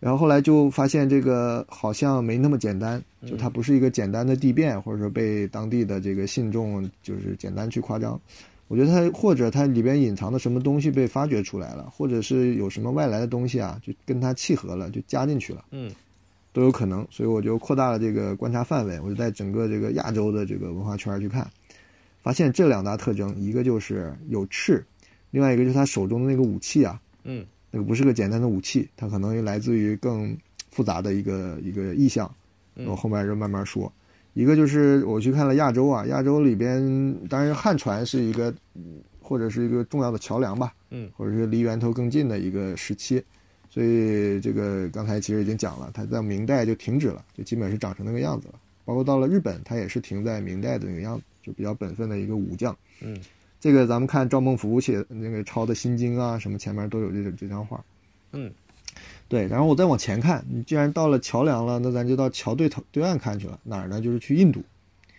S4: 然后后来就发现这个好像没那么简单，就它不是一个简单的地变，或者说被当地的这个信众就是简单去夸张。我觉得它或者它里边隐藏的什么东西被发掘出来了，或者是有什么外来的东西啊，就跟它契合了，就加进去了，
S3: 嗯，
S4: 都有可能。所以我就扩大了这个观察范围，我就在整个这个亚洲的这个文化圈去看，发现这两大特征，一个就是有翅，另外一个就是他手中的那个武器啊，
S3: 嗯
S4: 那个不是个简单的武器，它可能来自于更复杂的一个一个意象。
S3: 嗯
S4: 我后面就慢慢说。一个就是我去看了亚洲啊，亚洲里边当然汉传是一个嗯或者是一个重要的桥梁吧，
S3: 嗯，
S4: 或者是离源头更近的一个时期。所以这个刚才其实已经讲了，它在明代就停止了，就基本是长成那个样子了。包括到了日本，它也是停在明代的那个样子，就比较本分的一个武将。
S3: 嗯，
S4: 这个咱们看赵孟頫写那个抄的《心经》啊，什么前面都有这这张画。对，然后我再往前看，你既然到了桥梁了，那咱就到桥对头对岸看去了。哪儿呢？就是去印度。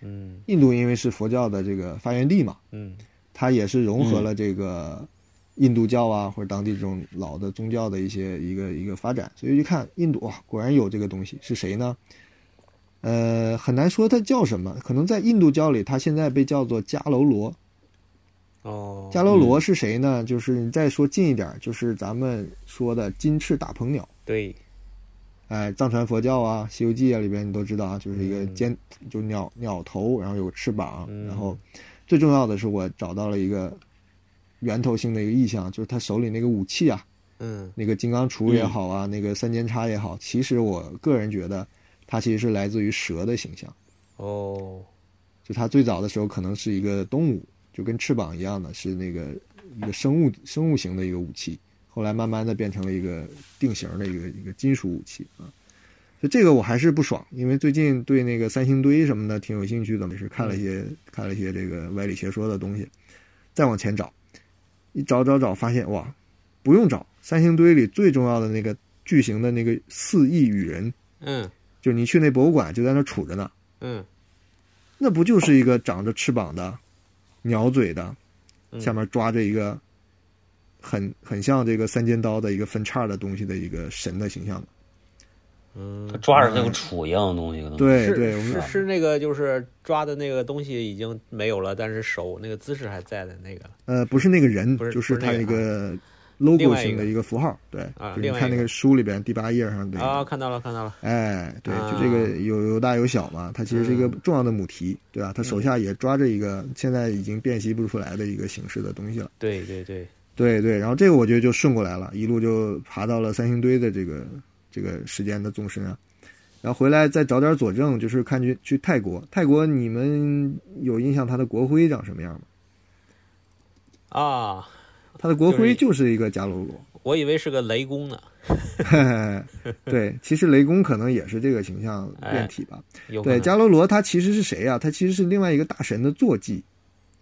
S3: 嗯
S4: 印度因为是佛教的这个发源地嘛，
S3: 嗯
S4: 它也是融合了这个印度教啊，或者当地这种老的宗教的一些一个一个发展。所以一看印度哇，果然有这个东西，是谁呢？呃，很难说它叫什么，可能在印度教里，它现在被叫做迦楼罗。
S3: 哦，
S4: 迦楼罗是谁呢？就是你再说近一点儿，就是咱们说的金翅大鹏鸟。
S3: 对，
S4: 哎，藏传佛教啊，《西游记》啊里边你都知道啊，就是一个尖，就鸟鸟头，然后有翅膀，然后最重要的是我找到了一个源头性的一个意象，就是他手里那个武器啊，
S3: 嗯
S4: 那个金刚杵也好啊，那个三尖叉也好，其实我个人觉得它其实是来自于蛇的形象，
S3: 哦，
S4: 就它最早的时候可能是一个动物，就跟翅膀一样的，是那个一个生物生物型的一个武器，后来慢慢的变成了一个定型的一个一个金属武器啊。所以这个我还是不爽，因为最近对那个三星堆什么的挺有兴趣的，也是看了一些、看了一些这个歪理邪说的东西，再往前找，一找找找，发现哇，不用找，三星堆里最重要的那个巨型的那个四翼羽人，
S3: 嗯
S4: 就是你去那博物馆就在那儿杵着呢，
S3: 嗯
S4: 那不就是一个长着翅膀的鸟嘴的，
S3: 嗯
S4: 下面抓着一个很很像这个三尖刀的一个分叉的东西的一个神的形象
S3: 嗯
S4: 吗？
S2: 他抓着那个杵一样的东西，可能
S4: 对
S3: 是
S4: 对，我
S3: 是
S4: 们
S3: 是那个就是抓的那个东西已经没有了，但是手那个姿势还在的那个
S4: 呃不是那个人
S3: 不是，
S4: 就
S3: 不是
S4: 它
S3: 那个啊
S4: 一个
S3: 另外一
S4: logo
S3: 个
S4: 型的一个符号，对，
S3: 啊
S4: 就
S3: 另
S4: 你
S3: 外
S4: 看
S3: 一
S4: 那
S3: 个
S4: 个书里边第八页上的
S3: 啊，看到了看到了，
S4: 哎，对，
S3: 啊嗯
S4: 就这个有有大有小嘛，它其实是一个重要的母题，对吧？它手下也抓着一个现在已经辨析不出来的一个形式的东西了。
S3: 对对对，
S4: 对对，然后这个我觉得就顺过来了，一路就爬到了三星堆的这个这个时间的纵深啊，然后回来再找点佐证，就是看去去泰国，泰国你们有印象它的国徽长什么样吗？
S3: 啊，
S4: 它的国徽就是一个伽罗 罗，
S3: 我以为是个雷公呢，
S4: 对，其实雷公可能也是这个形象变体吧。
S3: 有可
S4: 对，
S3: 能
S4: 伽罗罗它其实是谁啊？它其实是另外一个大神的坐骑，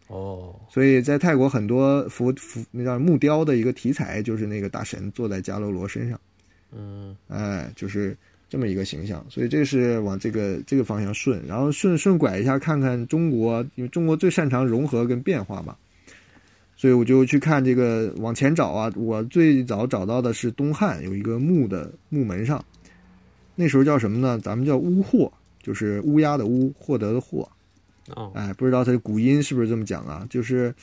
S3: 哦，
S4: 所以在泰国很多佛佛那叫木雕的一个题材就是那个大神坐在伽罗罗身上，
S3: 嗯
S4: 哎，就是这么一个形象，所以这是往这个这个方向顺，然后顺顺拐一下看看中国，因为中国最擅长融合跟变化嘛，所以我就去看这个往前找啊，我最早找到的是东汉有一个墓的墓门上，那时候叫什么呢？咱们叫乌获，就是乌鸦的乌，获得的获，
S3: 哦，
S4: 哎，不知道它的古音是不是这么讲啊？就是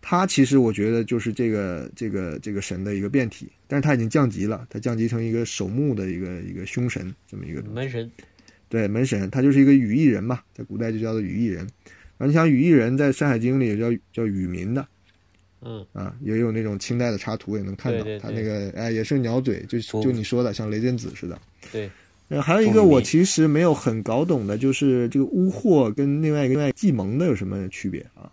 S4: 它其实我觉得就是这个这个这个神的一个变体，但是它已经降级了，它降级成一个守墓的一个一个凶神这么一个东西
S3: 门神
S4: 对，门神他就是一个羽翼人嘛，在古代就叫做羽翼人。然后你想羽翼人在《山海经》里也叫叫羽民的，
S3: 嗯
S4: 啊，也有那种清代的插图也能看到，
S3: 对对
S4: 他
S3: 对
S4: 那个哎也是鸟嘴，就
S2: 说
S4: 就你说的像雷震子似的。
S3: 对，
S4: 那还有一
S2: 终
S4: 个
S2: 于
S4: 我
S2: 明
S4: 其实没有很搞懂的，就是这个乌霍跟另外一个另外季蒙的有什么区别啊？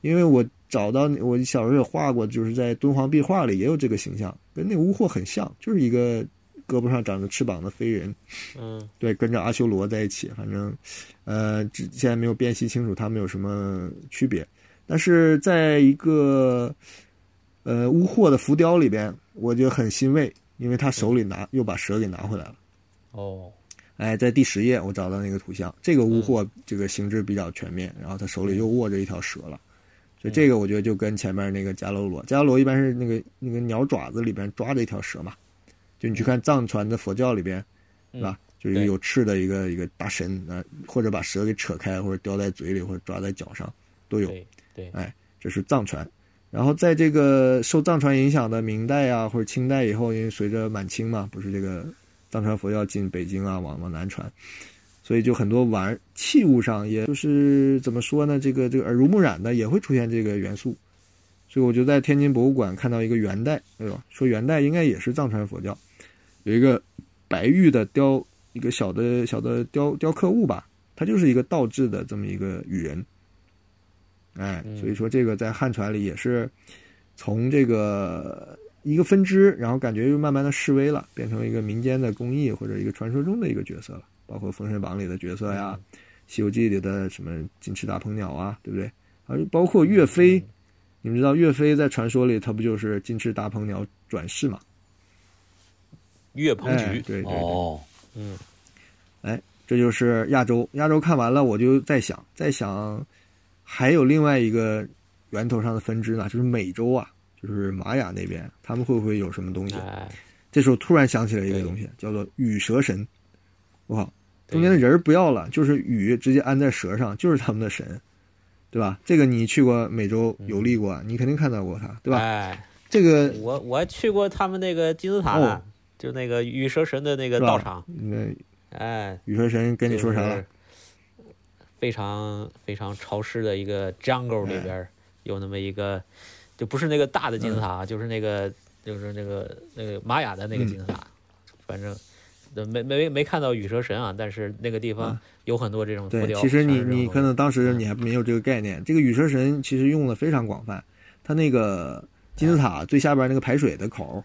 S4: 因为我找到我小时候也画过，就是在敦煌壁画里也有这个形象，跟那个乌霍很像，就是一个胳膊上长着翅膀的飞人，
S3: 嗯
S4: 对，跟着阿修罗在一起，反正，呃，之现在没有辨析清楚他们有什么区别。但是在一个，呃，乌霍的浮雕里边，我就很欣慰，因为他手里拿又把蛇给拿回来了。
S3: 哦
S4: 哎，在第十页我找到那个图像，这个乌霍这个形制比较全面，然后他手里又握着一条蛇了，所以这个我觉得就跟前面那个迦楼罗，迦楼罗一般是那个那个鸟爪子里边抓着一条蛇嘛，就你去看藏传的佛教里边，是吧？就是一个
S3: 对
S4: 有翅的一个一个大神啊，或者把蛇给扯开，或者叼在嘴里，或者抓在脚上都有。
S3: 对对
S4: 哎，这是藏传。然后在这个受藏传影响的明代啊或者清代以后，因为随着满清嘛，不是这个藏传佛教进北京啊，往往南传，所以就很多玩儿器物上，也就是怎么说呢，这个这个耳濡目染的也会出现这个元素。所以我就在天津博物馆看到一个元代，哎呦，说元代应该也是藏传佛教，有一个白玉的雕，一个小的小的雕雕刻物吧，它就是一个倒置的这么一个羽人。哎，
S3: 嗯
S4: 所以说这个在汉传里也是从这个一个分支，然后感觉又慢慢的式微了，变成一个民间的工艺或者一个传说中的一个角色了，包括《封神榜》里的角色呀，西游记》里的什么金翅大鹏鸟啊，对不对？而包括岳飞，你们知道岳飞在传说里他不就是金翅大鹏鸟转世嘛？
S3: 岳鹏
S4: 哎，
S3: 举，
S4: 对对对，
S2: 哦，
S3: 嗯
S4: 这就是亚洲。亚洲看完了，我就在想，在想还有另外一个源头上的分支呢，就是美洲啊，就是玛雅那边，他们会不会有什么东西？
S3: 哎
S4: 这时候突然想起来一个东西，叫做羽蛇神。我靠，中间的人儿不要了，就是羽直接安在蛇上，就是他们的神，对吧？这个你去过美洲游历过，你肯定看到过它，对吧？
S3: 嗯哎，
S4: 这个
S3: 我我还去过他们那个金字塔
S4: 哦
S3: 呢，就那个羽蛇神的那个
S4: 是吧
S3: 道场，
S4: 那
S3: 哎，
S4: 羽蛇神跟你说啥了？？
S3: 非常非常潮湿的一个 jungle
S4: 哎
S3: 里边儿有那么一个，就不是那个大的金字塔
S4: 嗯
S3: 啊，就是那个就是那个那个玛雅的那个金字塔，反正呃没没没看到羽蛇神啊，但是那个地方
S4: 嗯
S3: 有很多这种浮
S4: 对，
S3: 雕。
S4: 其实你
S3: 像是这种嗯
S4: 你可能当时你还没有这个概念。这个羽蛇神其实用的非常广泛，它那个金字塔最下边那个排水的口儿，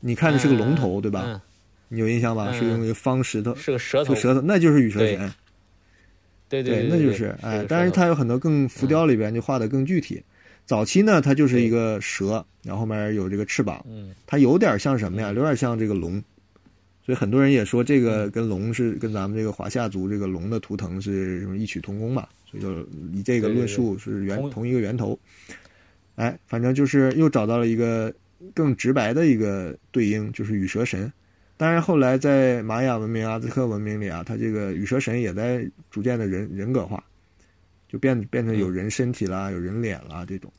S4: 你看着是个龙头，对吧？你有印象吧？
S3: 嗯
S4: 是用一个方石
S3: 嗯，，
S4: 头
S3: 哎是个舌
S4: 是
S3: 头，
S4: 个舌头，那就是羽蛇
S3: 对
S4: 神，
S3: 对对，
S4: 那就
S3: 对
S4: 是哎。
S3: 个
S4: 当然，
S3: 舌头嗯
S4: 它有很多更浮雕里边就画的更具体。早期呢，它就是一个蛇，然后后面有这个翅膀，
S3: 嗯
S4: 它有点像什么呀？有点像这个龙，所以很多人也说这
S3: 嗯
S4: 个跟龙是跟咱们这个华夏族这个龙的图腾是什么异曲同工嘛，所以就以这个论述是源
S3: 同
S4: 同一个源头。哎，反正就是又找到了一个更直白的一个对应，就是羽蛇神。当然，后来在玛雅文明、阿兹克文明里啊，它这个羽蛇神也在逐渐的人人格化，就变变成
S3: 嗯
S4: 有人身体啦、有人脸啦这种。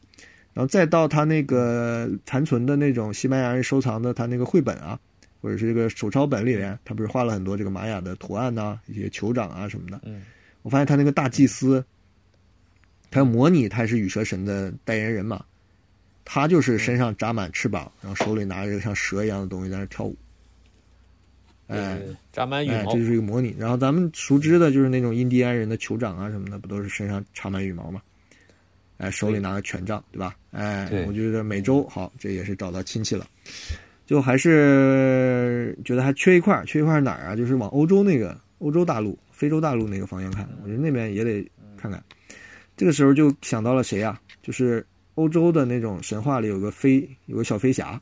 S4: 然后再到他那个残存的那种西班牙人收藏的他那个绘本啊，或者是这个手抄本里面，他不是画了很多这个玛雅的图案呐、一些酋长啊什么的。
S3: 嗯，
S4: 我发现他那个大祭司，他模拟他是羽蛇神的代言人嘛，他就是身上扎满翅膀，然后手里拿着像蛇一样的东西在那跳舞。
S3: 对
S4: 哎
S3: 对，对呃扎满羽
S4: 哎，
S3: 毛
S4: 这，就是一个模拟。然后咱们熟知的就是那种印第安人的酋长啊什么的，不都是身上插满羽毛吗？哎，手里拿个权杖，对吧？哎
S2: 对，
S4: 我觉得美洲好，这也是找到亲戚了。就还是觉得还缺一块儿，缺一块儿哪儿啊？就是往欧洲那个欧洲大陆、非洲大陆那个方向看，我觉得那边也得看看。这个时候就想到了谁啊呀、就是欧洲的那种神话里有个飞，有个小飞侠，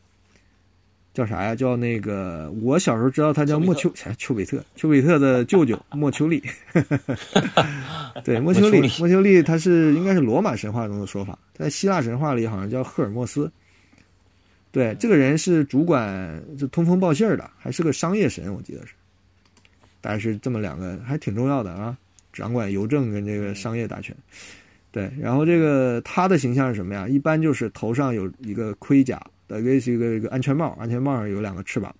S4: 叫啥呀？叫那个我小时候知道他叫莫丘啥丘比特，丘比特的舅 舅莫丘利。对，莫丘利，莫丘利他是应该是罗马神话中的说法，在希腊神话里好像叫赫尔墨斯。对，这个人是主管就通风报信儿的，还是个商业神，我记得是。大概是这么两个，还挺重要的啊，掌管邮政跟这个商业大权。对，然后这个他的形象是什么呀？一般就是头上有一个盔甲，呃，类似一个一个安全帽，安全帽上有两个翅膀。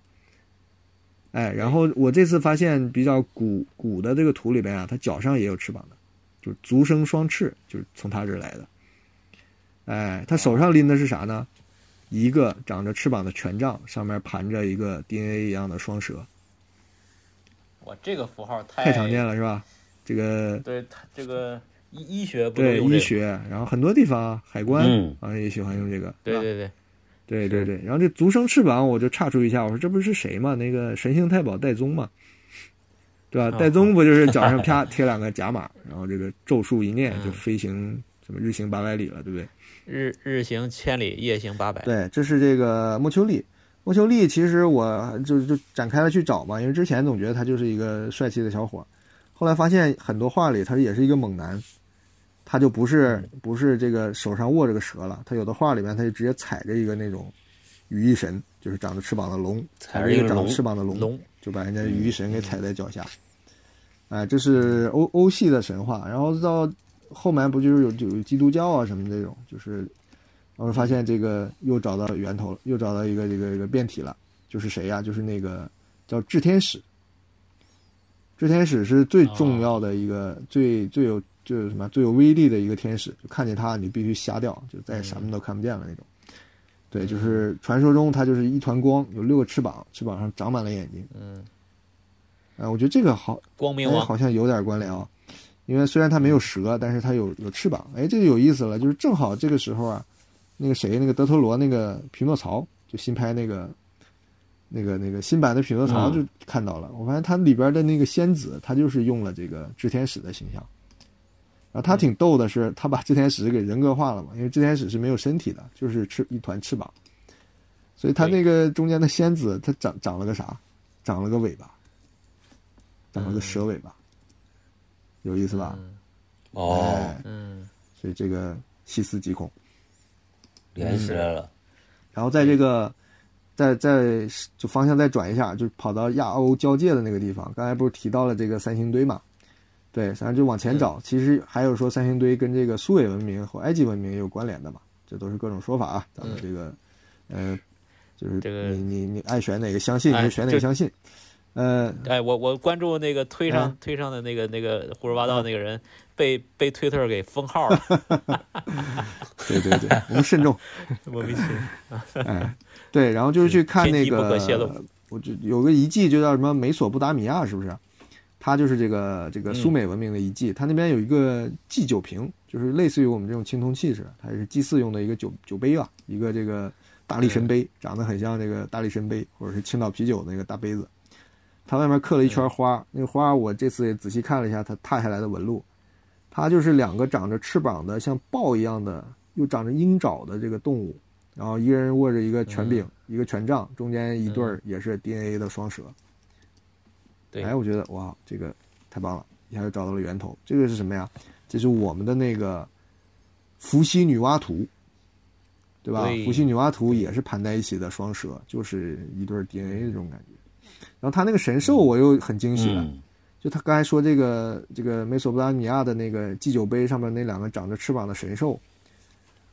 S4: 哎，然后我这次发现比较古古的这个图里边啊，他脚上也有翅膀的，就是足生双翅，就是从他这儿来的。哎，他手上拎的是啥呢？一个长着翅膀的权杖，上面盘着一个 DNA 一样的双蛇。
S3: 哇，这个符号太
S4: 太常见了是吧？这个
S3: 对他这个。医医学不
S4: 对
S3: 用这
S4: 医
S3: 个
S4: 学，然后很多地方啊海关
S2: 嗯
S4: 好像也喜欢用这个，
S3: 对
S4: 是吧
S3: 对对，
S4: 对对对。然后这足生翅膀，我就岔出一下，我说这不是谁嘛？那个神行太保戴宗嘛，对吧？
S3: 啊
S4: 戴宗不就是脚 上啪贴两个甲马，然后这个咒术一念
S3: 嗯
S4: 就飞行什么日行八百里了，对不对？
S3: 日日行千里，夜行
S2: 哎
S3: 八百。
S4: 对，这是这个莫丘利。莫丘利其实我就就展开了去找嘛，因为之前总觉得他就是一个帅气的小伙儿，后来发现很多画里他也是一个猛男，他就不是
S2: 嗯
S4: 不是这个手上握着个蛇了，他有的画里面他就直接踩着一个那种羽翼神，就是长着翅膀的龙，
S2: 踩着一个
S4: 长
S2: 龙嗯
S4: 着翅膀的龙，
S3: 龙，
S4: 就把人家羽翼神给踩在脚下。哎、这是欧欧系的神话，然后到后面不就是有有基督教啊什么这种，就是我们发现这个又找到源头了，又找到一个这个一个变体了，就是谁呀、就是那个叫炽天使。炽天使是最重要的一个、最最有就是什么最有威力的一个天使，就看见他你必须瞎掉，就再也什么都看不见了那种。对，就是传说中他就是一团光，有六个翅膀，翅膀上长满了眼睛。
S3: 嗯，
S4: 啊，我觉得这个好，
S3: 光明
S4: 哎，
S3: 王，
S4: 好像有点关联啊。因为虽然它没有蛇，但是它有有翅膀。哎，这就有意思了，就是正好这个时候啊，那个谁，那个德托罗，那个匹诺曹，就新拍那个那个那个新版的匹诺曹
S2: 嗯
S4: 就看到了。我发现它里边的那个仙子，他就是用了这个炽天使的形象。然后他挺逗的是，他把炽天使给人格化了嘛，因为炽天使是没有身体的，就是翅一团翅膀，所以他那个中间的仙子，它长长了个啥？长了个尾巴，长
S3: 嗯
S4: 了个蛇尾巴，有意思吧？
S2: 哦
S4: 哎，
S3: 嗯，
S4: 所以这个细思极恐。
S2: 联系起来了，
S4: 然后在这个，在在就方向再转一下，就跑到亚欧交界的那个地方。刚才不是提到了这个三星堆嘛？对，然后就往前
S3: 嗯
S4: 找，其实还有说三星堆跟这个苏美文明和埃及文明也有关联的嘛，这都是各种说法啊。咱们这个，呃，就是
S3: 嗯这个
S4: 你你你爱选哪个相信你
S3: 哎
S4: 就选哪个
S3: 就
S4: 相信。呃，
S3: 哎，我我关注那个推上、
S4: 嗯
S3: 推上的那个那个胡说八
S4: 啊
S3: 道那个人，被被推特给封号 了，
S4: 对对对，我们慎重。
S3: 莫名其妙。
S4: 哎，对，然后就是去看那
S3: 天机不可泄露
S4: 个，我就有个遗迹就叫什么美索不达米亚，是不是？它就是这个这个
S3: 嗯
S4: 苏美文明的遗迹，它那边有一个祭酒瓶，就是类似于我们这种青铜器似的，它也是祭祀用的一个酒酒杯吧，一个这个大力
S3: 嗯
S4: 神杯，长得很像这个大力神杯或者是青岛啤酒的那个大杯子。它外面刻了
S3: 嗯
S4: 一圈花，那个花我这次也仔细看了一下，它踏下来的纹路，它就是两个长着翅膀的像豹一样的，又长着鹰爪的这个动物，然后一个人握着一个权
S3: 嗯
S4: 柄，一个权杖，中间一对儿也是 DNA 的双蛇。
S3: 对
S4: 哎，我觉得哇，这个太棒了，一下就找到了源头。这个是什么呀？这是我们的那个伏羲女娲图，对吧？
S3: 对
S4: 伏羲女娲图也是盘在一起的双蛇，就是一对儿 DNA 这种感觉。然后他那个神
S3: 嗯
S4: 兽，我又很惊喜了。
S2: 嗯，
S4: 就他刚才说这个这个美索不达米亚的那个祭酒杯上面那两个长着翅膀的神兽，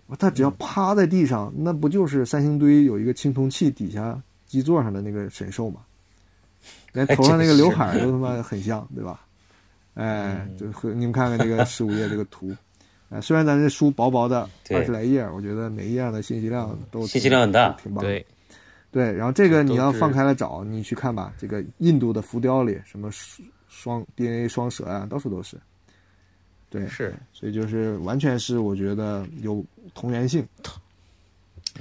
S4: 哇，他只
S2: 嗯
S4: 要趴在地上，那不就是三星堆有一个青铜器底下基座上的那个神兽吗？连
S2: 哎
S4: 头上那个刘海都他妈很像，对吧？哎，
S2: 嗯
S4: 就和你们看看这个十五页这个图，哎，虽然咱这书薄薄的
S2: 对
S4: 二十来页，我觉得每一页的信息量都挺
S2: 信息量很大
S4: 挺棒的。
S3: 对，
S4: 对，然后这个你要
S3: 都是
S4: 放开了找，你去看吧。这个印度的浮雕里，什么双双 DNA 双蛇啊，到处都是。对，
S3: 是，
S4: 所以就是完全是我觉得有同源性。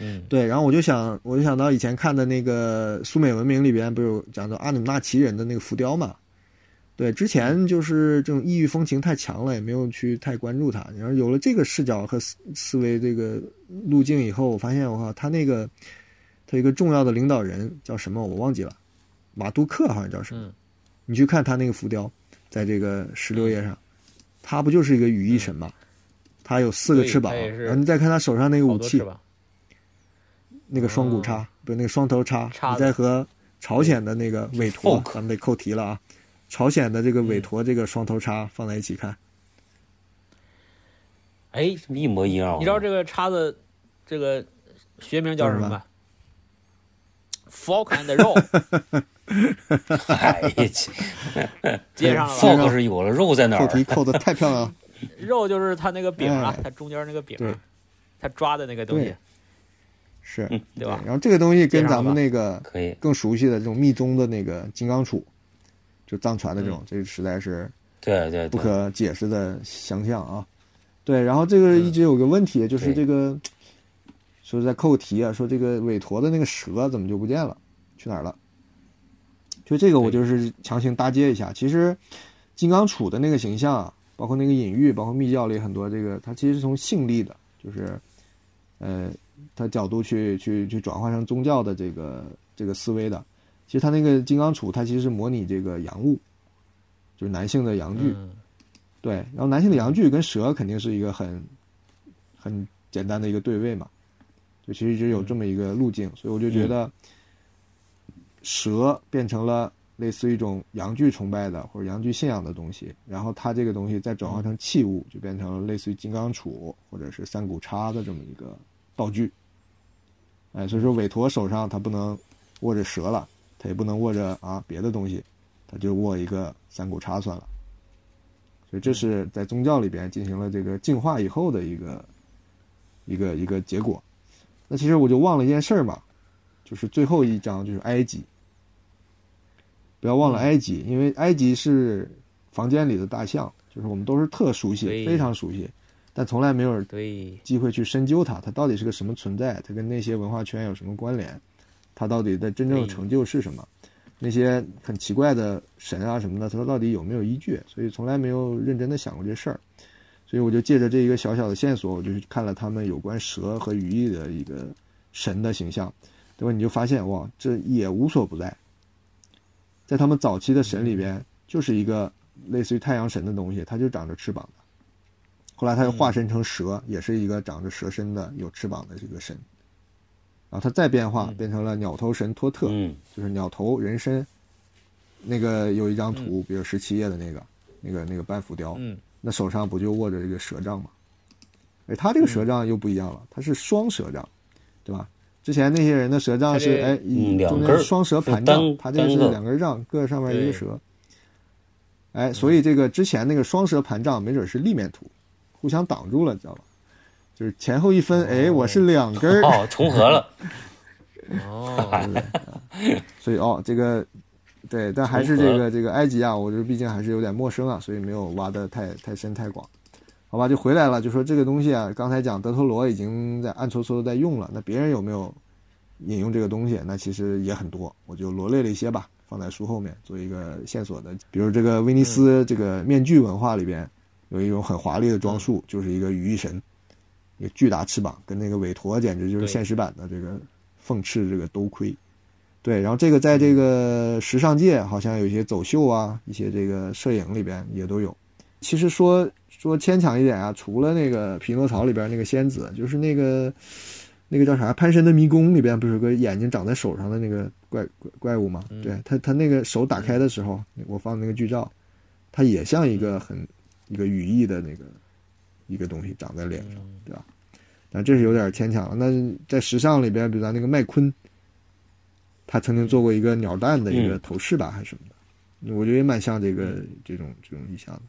S3: 嗯，
S4: 对，然后我就想，我就想到以前看的那个苏美文明里边，不是有讲到阿努纳奇人的那个浮雕嘛？对，之前就是这种异域风情太强了，也没有去太关注它。然后有了这个视角和思思维这个路径以后，我发现我靠，他那个他有一个重要的领导人叫什么我忘记了，马杜克好像叫什么，你去看他那个浮雕，在这个石榴
S3: 嗯
S4: 叶上，他不就是一个羽翼神吗？他有四个
S3: 对
S4: 翅膀，
S3: 他也是
S4: 然后你再看他手上那个
S3: 好
S4: 武
S3: 多
S4: 器
S3: 翅，膀，
S4: 那个双股叉，不是那个双头叉，
S3: 嗯叉
S4: 你
S3: 子
S4: 再和朝鲜的那个韦陀，
S2: Folk
S4: 咱们得扣题了啊。朝鲜的这个
S3: 嗯
S4: 韦陀这个双头叉放在一起看，
S3: 哎，你
S2: 一模一样啊。
S3: 知道这个叉子这个学名叫什么
S4: 哦叫什
S3: 吗？Fork and roll，
S2: 哎呀，
S3: 接 上了吧？
S2: ，fog 是有了，肉在哪
S4: 扣
S2: 儿？
S4: 题扣的太漂 亮了。
S3: 肉就是它那个饼啊
S4: 哎，
S3: 它中间那个饼
S4: 对
S3: 啊，它抓的那个东西
S4: 对，是，
S2: 嗯
S3: 对吧？
S4: 然后这个东西
S3: 接
S4: 跟
S3: 上了
S4: 咱们那个
S2: 可以，
S4: 更熟悉的这种密宗的那个金刚杵，就藏传的这
S3: 嗯
S4: 种，这个实在是
S2: 对对
S4: 不
S2: 对，
S4: 可解释的想象啊。对，然后这个一直有个问题，就是
S2: 对
S4: 这个说是在扣题啊，说这个韦陀的那个蛇怎么就不见了，去哪儿了？就这个我就是强行搭接一下。其实金刚杵的那个形象啊，包括那个隐喻，包括密教里很多这个，它其实是从性力的，就是呃，它角度去去去转化成宗教的这个这个思维的。其实它那个金刚杵，它其实是模拟这个阳物，就是男性的阳具。
S3: 嗯，
S4: 对，然后男性的阳具跟蛇肯定是一个很很简单的一个对位嘛，就其实就有这么一个路径，所以我就觉得蛇变成了类似于一种阳具崇拜的或者阳具信仰的东西，然后它这个东西再转化成器物，就变成了类似于金刚杵或者是三股叉的这么一个道具。哎，所以说韦陀手上他不能握着蛇了，他也不能握着啊别的东西，他就握一个三股叉算了。所以这是在宗教里边进行了这个净化以后的一个一个一个结果。那其实我就忘了一件事儿嘛，就是最后一章就是埃及，不要忘了埃及，因为埃及是房间里的大象，就是我们都是特熟悉，
S3: 对
S4: 非常熟悉，但从来没有
S3: 对，
S4: 机会去深究它，它到底是个什么存在，它跟那些文化圈有什么关联，它到底的真正的成就是什么，那些很奇怪的神啊什么的，它到底有没有依据？所以从来没有认真的想过这事儿。所以我就借着这一个小小的线索，我就去看了他们有关蛇和羽翼的一个神的形象，对吧？你就发现哇，这也无所不在，在他们早期的神里边，就是一个类似于太阳神的东西，它就长着翅膀的。后来他又化身成蛇，也是一个长着蛇身的、有翅膀的这个神。然后他再变化，变成了鸟头神托特，
S2: 嗯，
S4: 就是鸟头人身。那个有一张图，比如十七页的那个、那个、那个半浮雕，
S3: 嗯，
S4: 那手上不就握着这个蛇杖吗？哎，他这个
S2: 嗯
S4: 蛇杖又不一样了，它是双蛇杖，对吧？之前那些人的蛇杖是
S3: 它这
S4: 哎，一
S2: 嗯两
S4: 中间
S2: 根儿
S4: 是双蛇盘
S2: 就
S4: 杖
S2: 单，
S4: 它这个是
S2: 单个
S4: 两根杖，各上面一个
S3: 对
S4: 蛇。哎，所以这个之前那个双蛇盘杖没准是立面图，互相挡住了，知道吧？就是前后一分，哎，我是两 根儿，
S2: 哦，重合了，
S3: 哦，
S4: 所以哦，这个对，但还是这个这个埃及啊，我这毕竟还是有点陌生啊，所以没有挖的太太深太广，好吧，就回来了，就说这个东西啊，刚才讲德托罗已经在暗搓搓的在用了，那别人有没有引用这个东西？那其实也很多，我就罗列了一些吧，放在书后面做一个线索的，比如这个威尼斯这个面具文化里边有一种很华丽的装束，就是一个羽翼神。一个巨大翅膀，跟那个韦陀简直就是
S3: 对
S4: 现实版的这个凤翅这个兜盔，对，然后这个在这个时尚界，好像有一些走秀啊，一些这个摄影里边也都有。其实说说牵强一点啊，除了那个《匹诺曹》里边那个仙子，就是那个那个叫啥《潘神的迷宫》里边不是有个眼睛长在手上的那个怪怪怪物吗？对他他那个手打开的时候，我放那个剧照，它也像一个很一个羽翼的那个一个东西长在脸上，对吧？但这是有点牵强了。那在时尚里边，比如咱那个麦昆，他曾经做过一个鸟蛋的一个头饰吧，还是什么的，我觉得也蛮像这个这种这种意象的。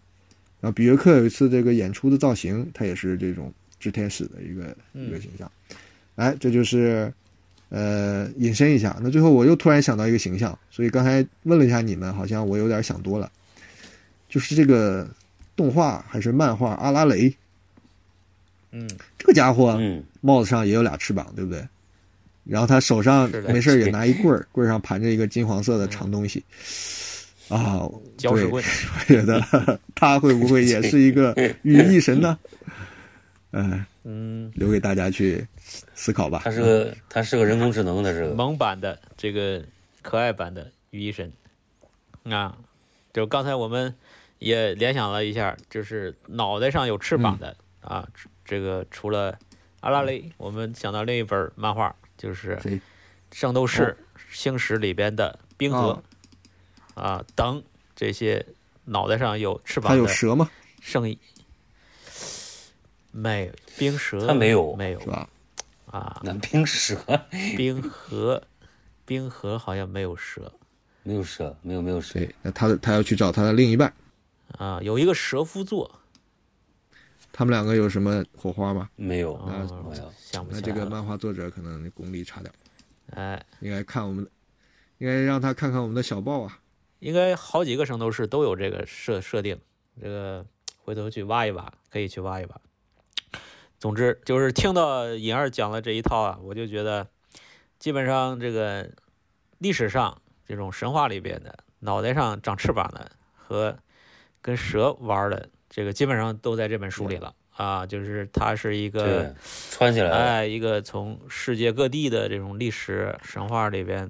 S4: 然后比约克有一次这个演出的造型，它也是这种炽天使的一个、
S3: 嗯
S4: 一个形象。哎，这就是呃引申一下。那最后我又突然想到一个形象，所以刚才问了一下你们，好像我有点想多了，就是这个动画还是漫画阿拉蕾，
S3: 嗯，
S4: 这个家伙，
S2: 嗯，
S4: 帽子上也有俩翅膀，对不对？然后他手上
S3: 是的
S4: 没事儿也拿一棍儿，棍儿上盘着一个金黄色的长东西。啊，
S3: 嗯搅屎
S4: 对
S3: 棍，
S4: 我觉得他会不会也是一个羽翼神呢？哎，
S3: 嗯，
S4: 留给大家去思考吧
S2: 它。是个它是个人工智能，它是个
S3: 萌版的这个可爱版的于医生啊，就刚才我们也联想了一下，就是脑袋上有翅膀的、啊，这这个除了阿拉蕾，我们想到另一本漫画，就是
S4: 谁
S3: 《圣斗
S4: 哦
S3: 士星矢》里边的冰河、啊等这些脑袋上有翅
S4: 它
S3: 膀
S4: 有
S3: 的
S4: 蛇吗？
S3: 圣衣。没有冰蛇，
S2: 它没有
S3: 没有
S4: 是吧？
S3: 啊，
S2: 南冰蛇，
S3: 冰河，冰河好像没有蛇
S2: 没有蛇，没有没有蛇，
S4: 对，那他的他要去找他的另一半，
S3: 啊，有一个蛇夫座，
S4: 他们两个有什么火花吗？
S2: 没有，
S3: 啊
S2: 没有，
S3: 想不
S4: 那
S3: 起
S4: 这
S3: 来
S4: 个
S3: 了。
S4: 漫画作者可能功力差点，
S3: 哎，
S4: 应该看我们，应该让他看看我们的小报啊。
S3: 应该好几个圣斗士都有这个设设定，这个回头去挖一挖，可以去挖一挖。总之就是听到尹二讲了这一套啊，我就觉得基本上这个历史上这种神话里边的脑袋上长翅膀的和跟蛇玩儿的，这个基本上都在这本书里了啊，就是它是一个
S2: 对，穿起来了，
S3: 哎，一个从世界各地的这种历史神话里边，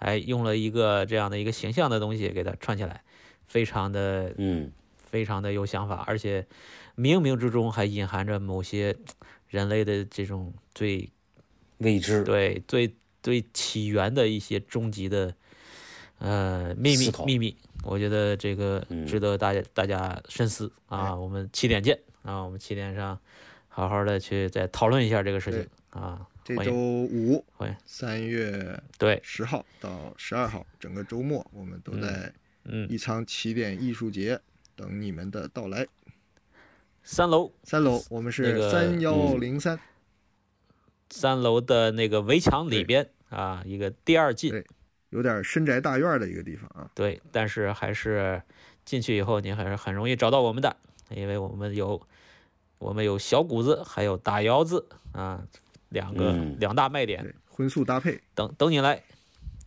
S3: 哎，用了一个这样的一个形象的东西给它串起来，非常的
S2: 嗯，
S3: 非常的有想法，而且冥冥之中还隐含着某些人类的这种最
S2: 未知，
S3: 对最最起源的一些终极的呃秘密
S2: 思考
S3: 秘密。我觉得这个
S2: 嗯
S3: 值得大家、大家深思
S4: 哎
S3: 啊！我们七点见啊！我们七点上好好的去再讨论一下这个事情啊！
S4: 这
S3: 欢
S4: 周
S3: 迎
S4: 五
S3: 欢迎，
S4: 三月
S3: 对，
S4: 十号到十二号，整个周末我们都在
S3: 嗯，
S4: 宜昌起点艺术节等你们的到来。
S3: 三楼
S4: 三楼我们
S3: 那
S4: 是
S3: 个
S4: 三幺零三，
S3: 三楼的那个围墙里
S4: 对
S3: 边啊，一个第二进
S4: 对有点深宅大院的一个地方啊。
S3: 对，但是还是进去以后，您还是很容易找到我们的，因为我们有我们有小谷子，还有打窑子啊，两个、
S2: 嗯
S3: 两大卖点，
S4: 对，荤素搭配。
S3: 等等你来，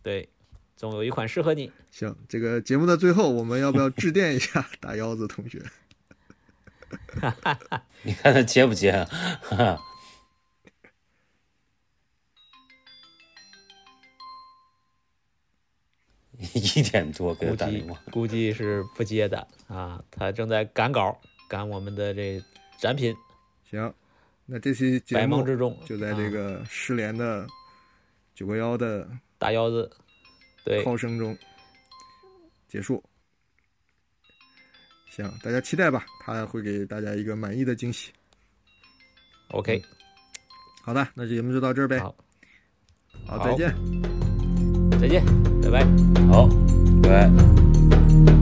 S3: 对，总有一款适合你。
S4: 行，这个节目的最后，我们要不要致电一下 大腰子同学？
S2: 你看它接不接啊？哈哈。一点多给
S3: 估
S2: 他打
S3: 计
S2: 电话，
S3: 估计是不接的啊，他正在赶稿，赶我们的这展品《
S4: 行，那这期节
S3: 百
S4: 目
S3: 忙之中》，
S4: 就在这
S3: 啊
S4: 个失联的九个幺的
S3: 打窑子，对，
S4: 炮声中结束。行，大家期待吧，他会给大家一个满意的惊喜。嗯
S3: OK，
S4: 好的，那节目就到这儿呗。
S3: 好，
S4: 好，
S2: 好
S4: 再见。
S3: 再见，拜拜。
S2: 好，拜拜。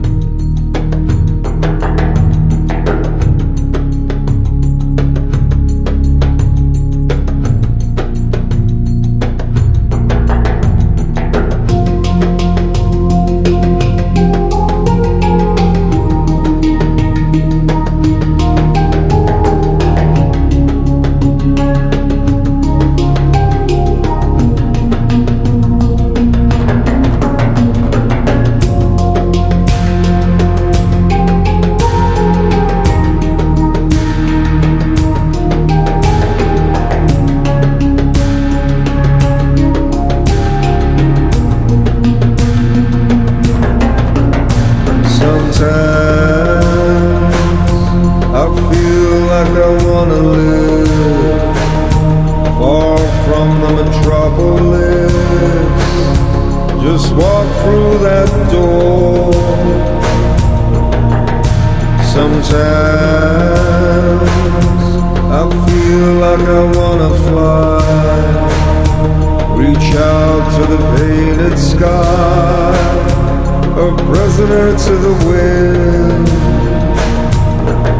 S6: Sometimes I feel like I wanna live far from the metropolis. Just walk through that door. Sometimes I feel like I wanna fly, reach out to the painted sky a prisoner to the wind,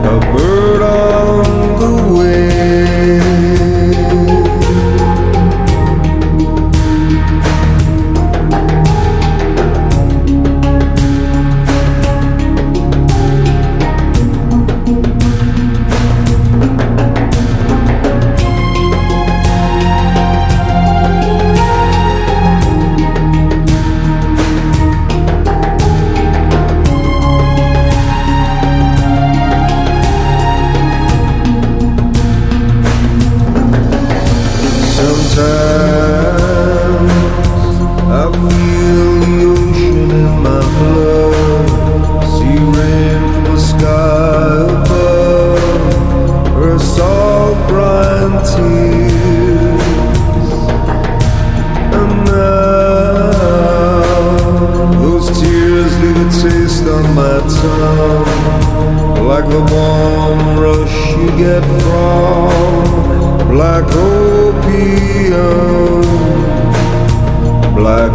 S6: a bird on the wind. rush you get from black opium, black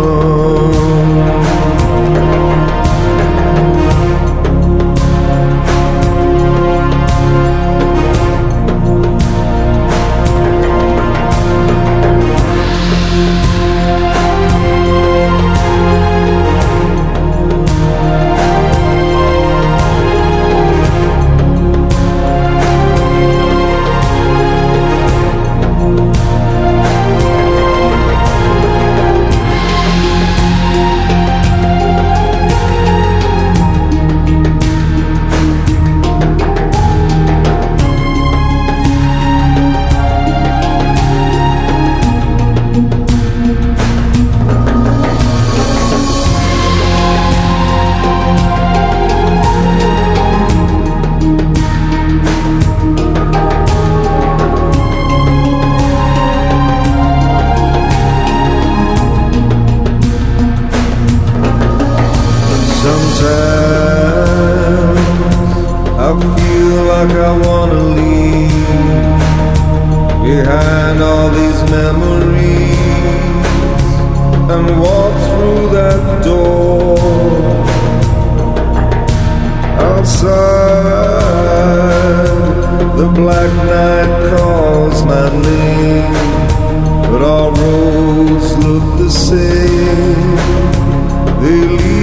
S6: opium. Sometimes I feel like I wanna leave behind all these memories and walk through that door outside. The black night calls my name, but all roads look the same. They lead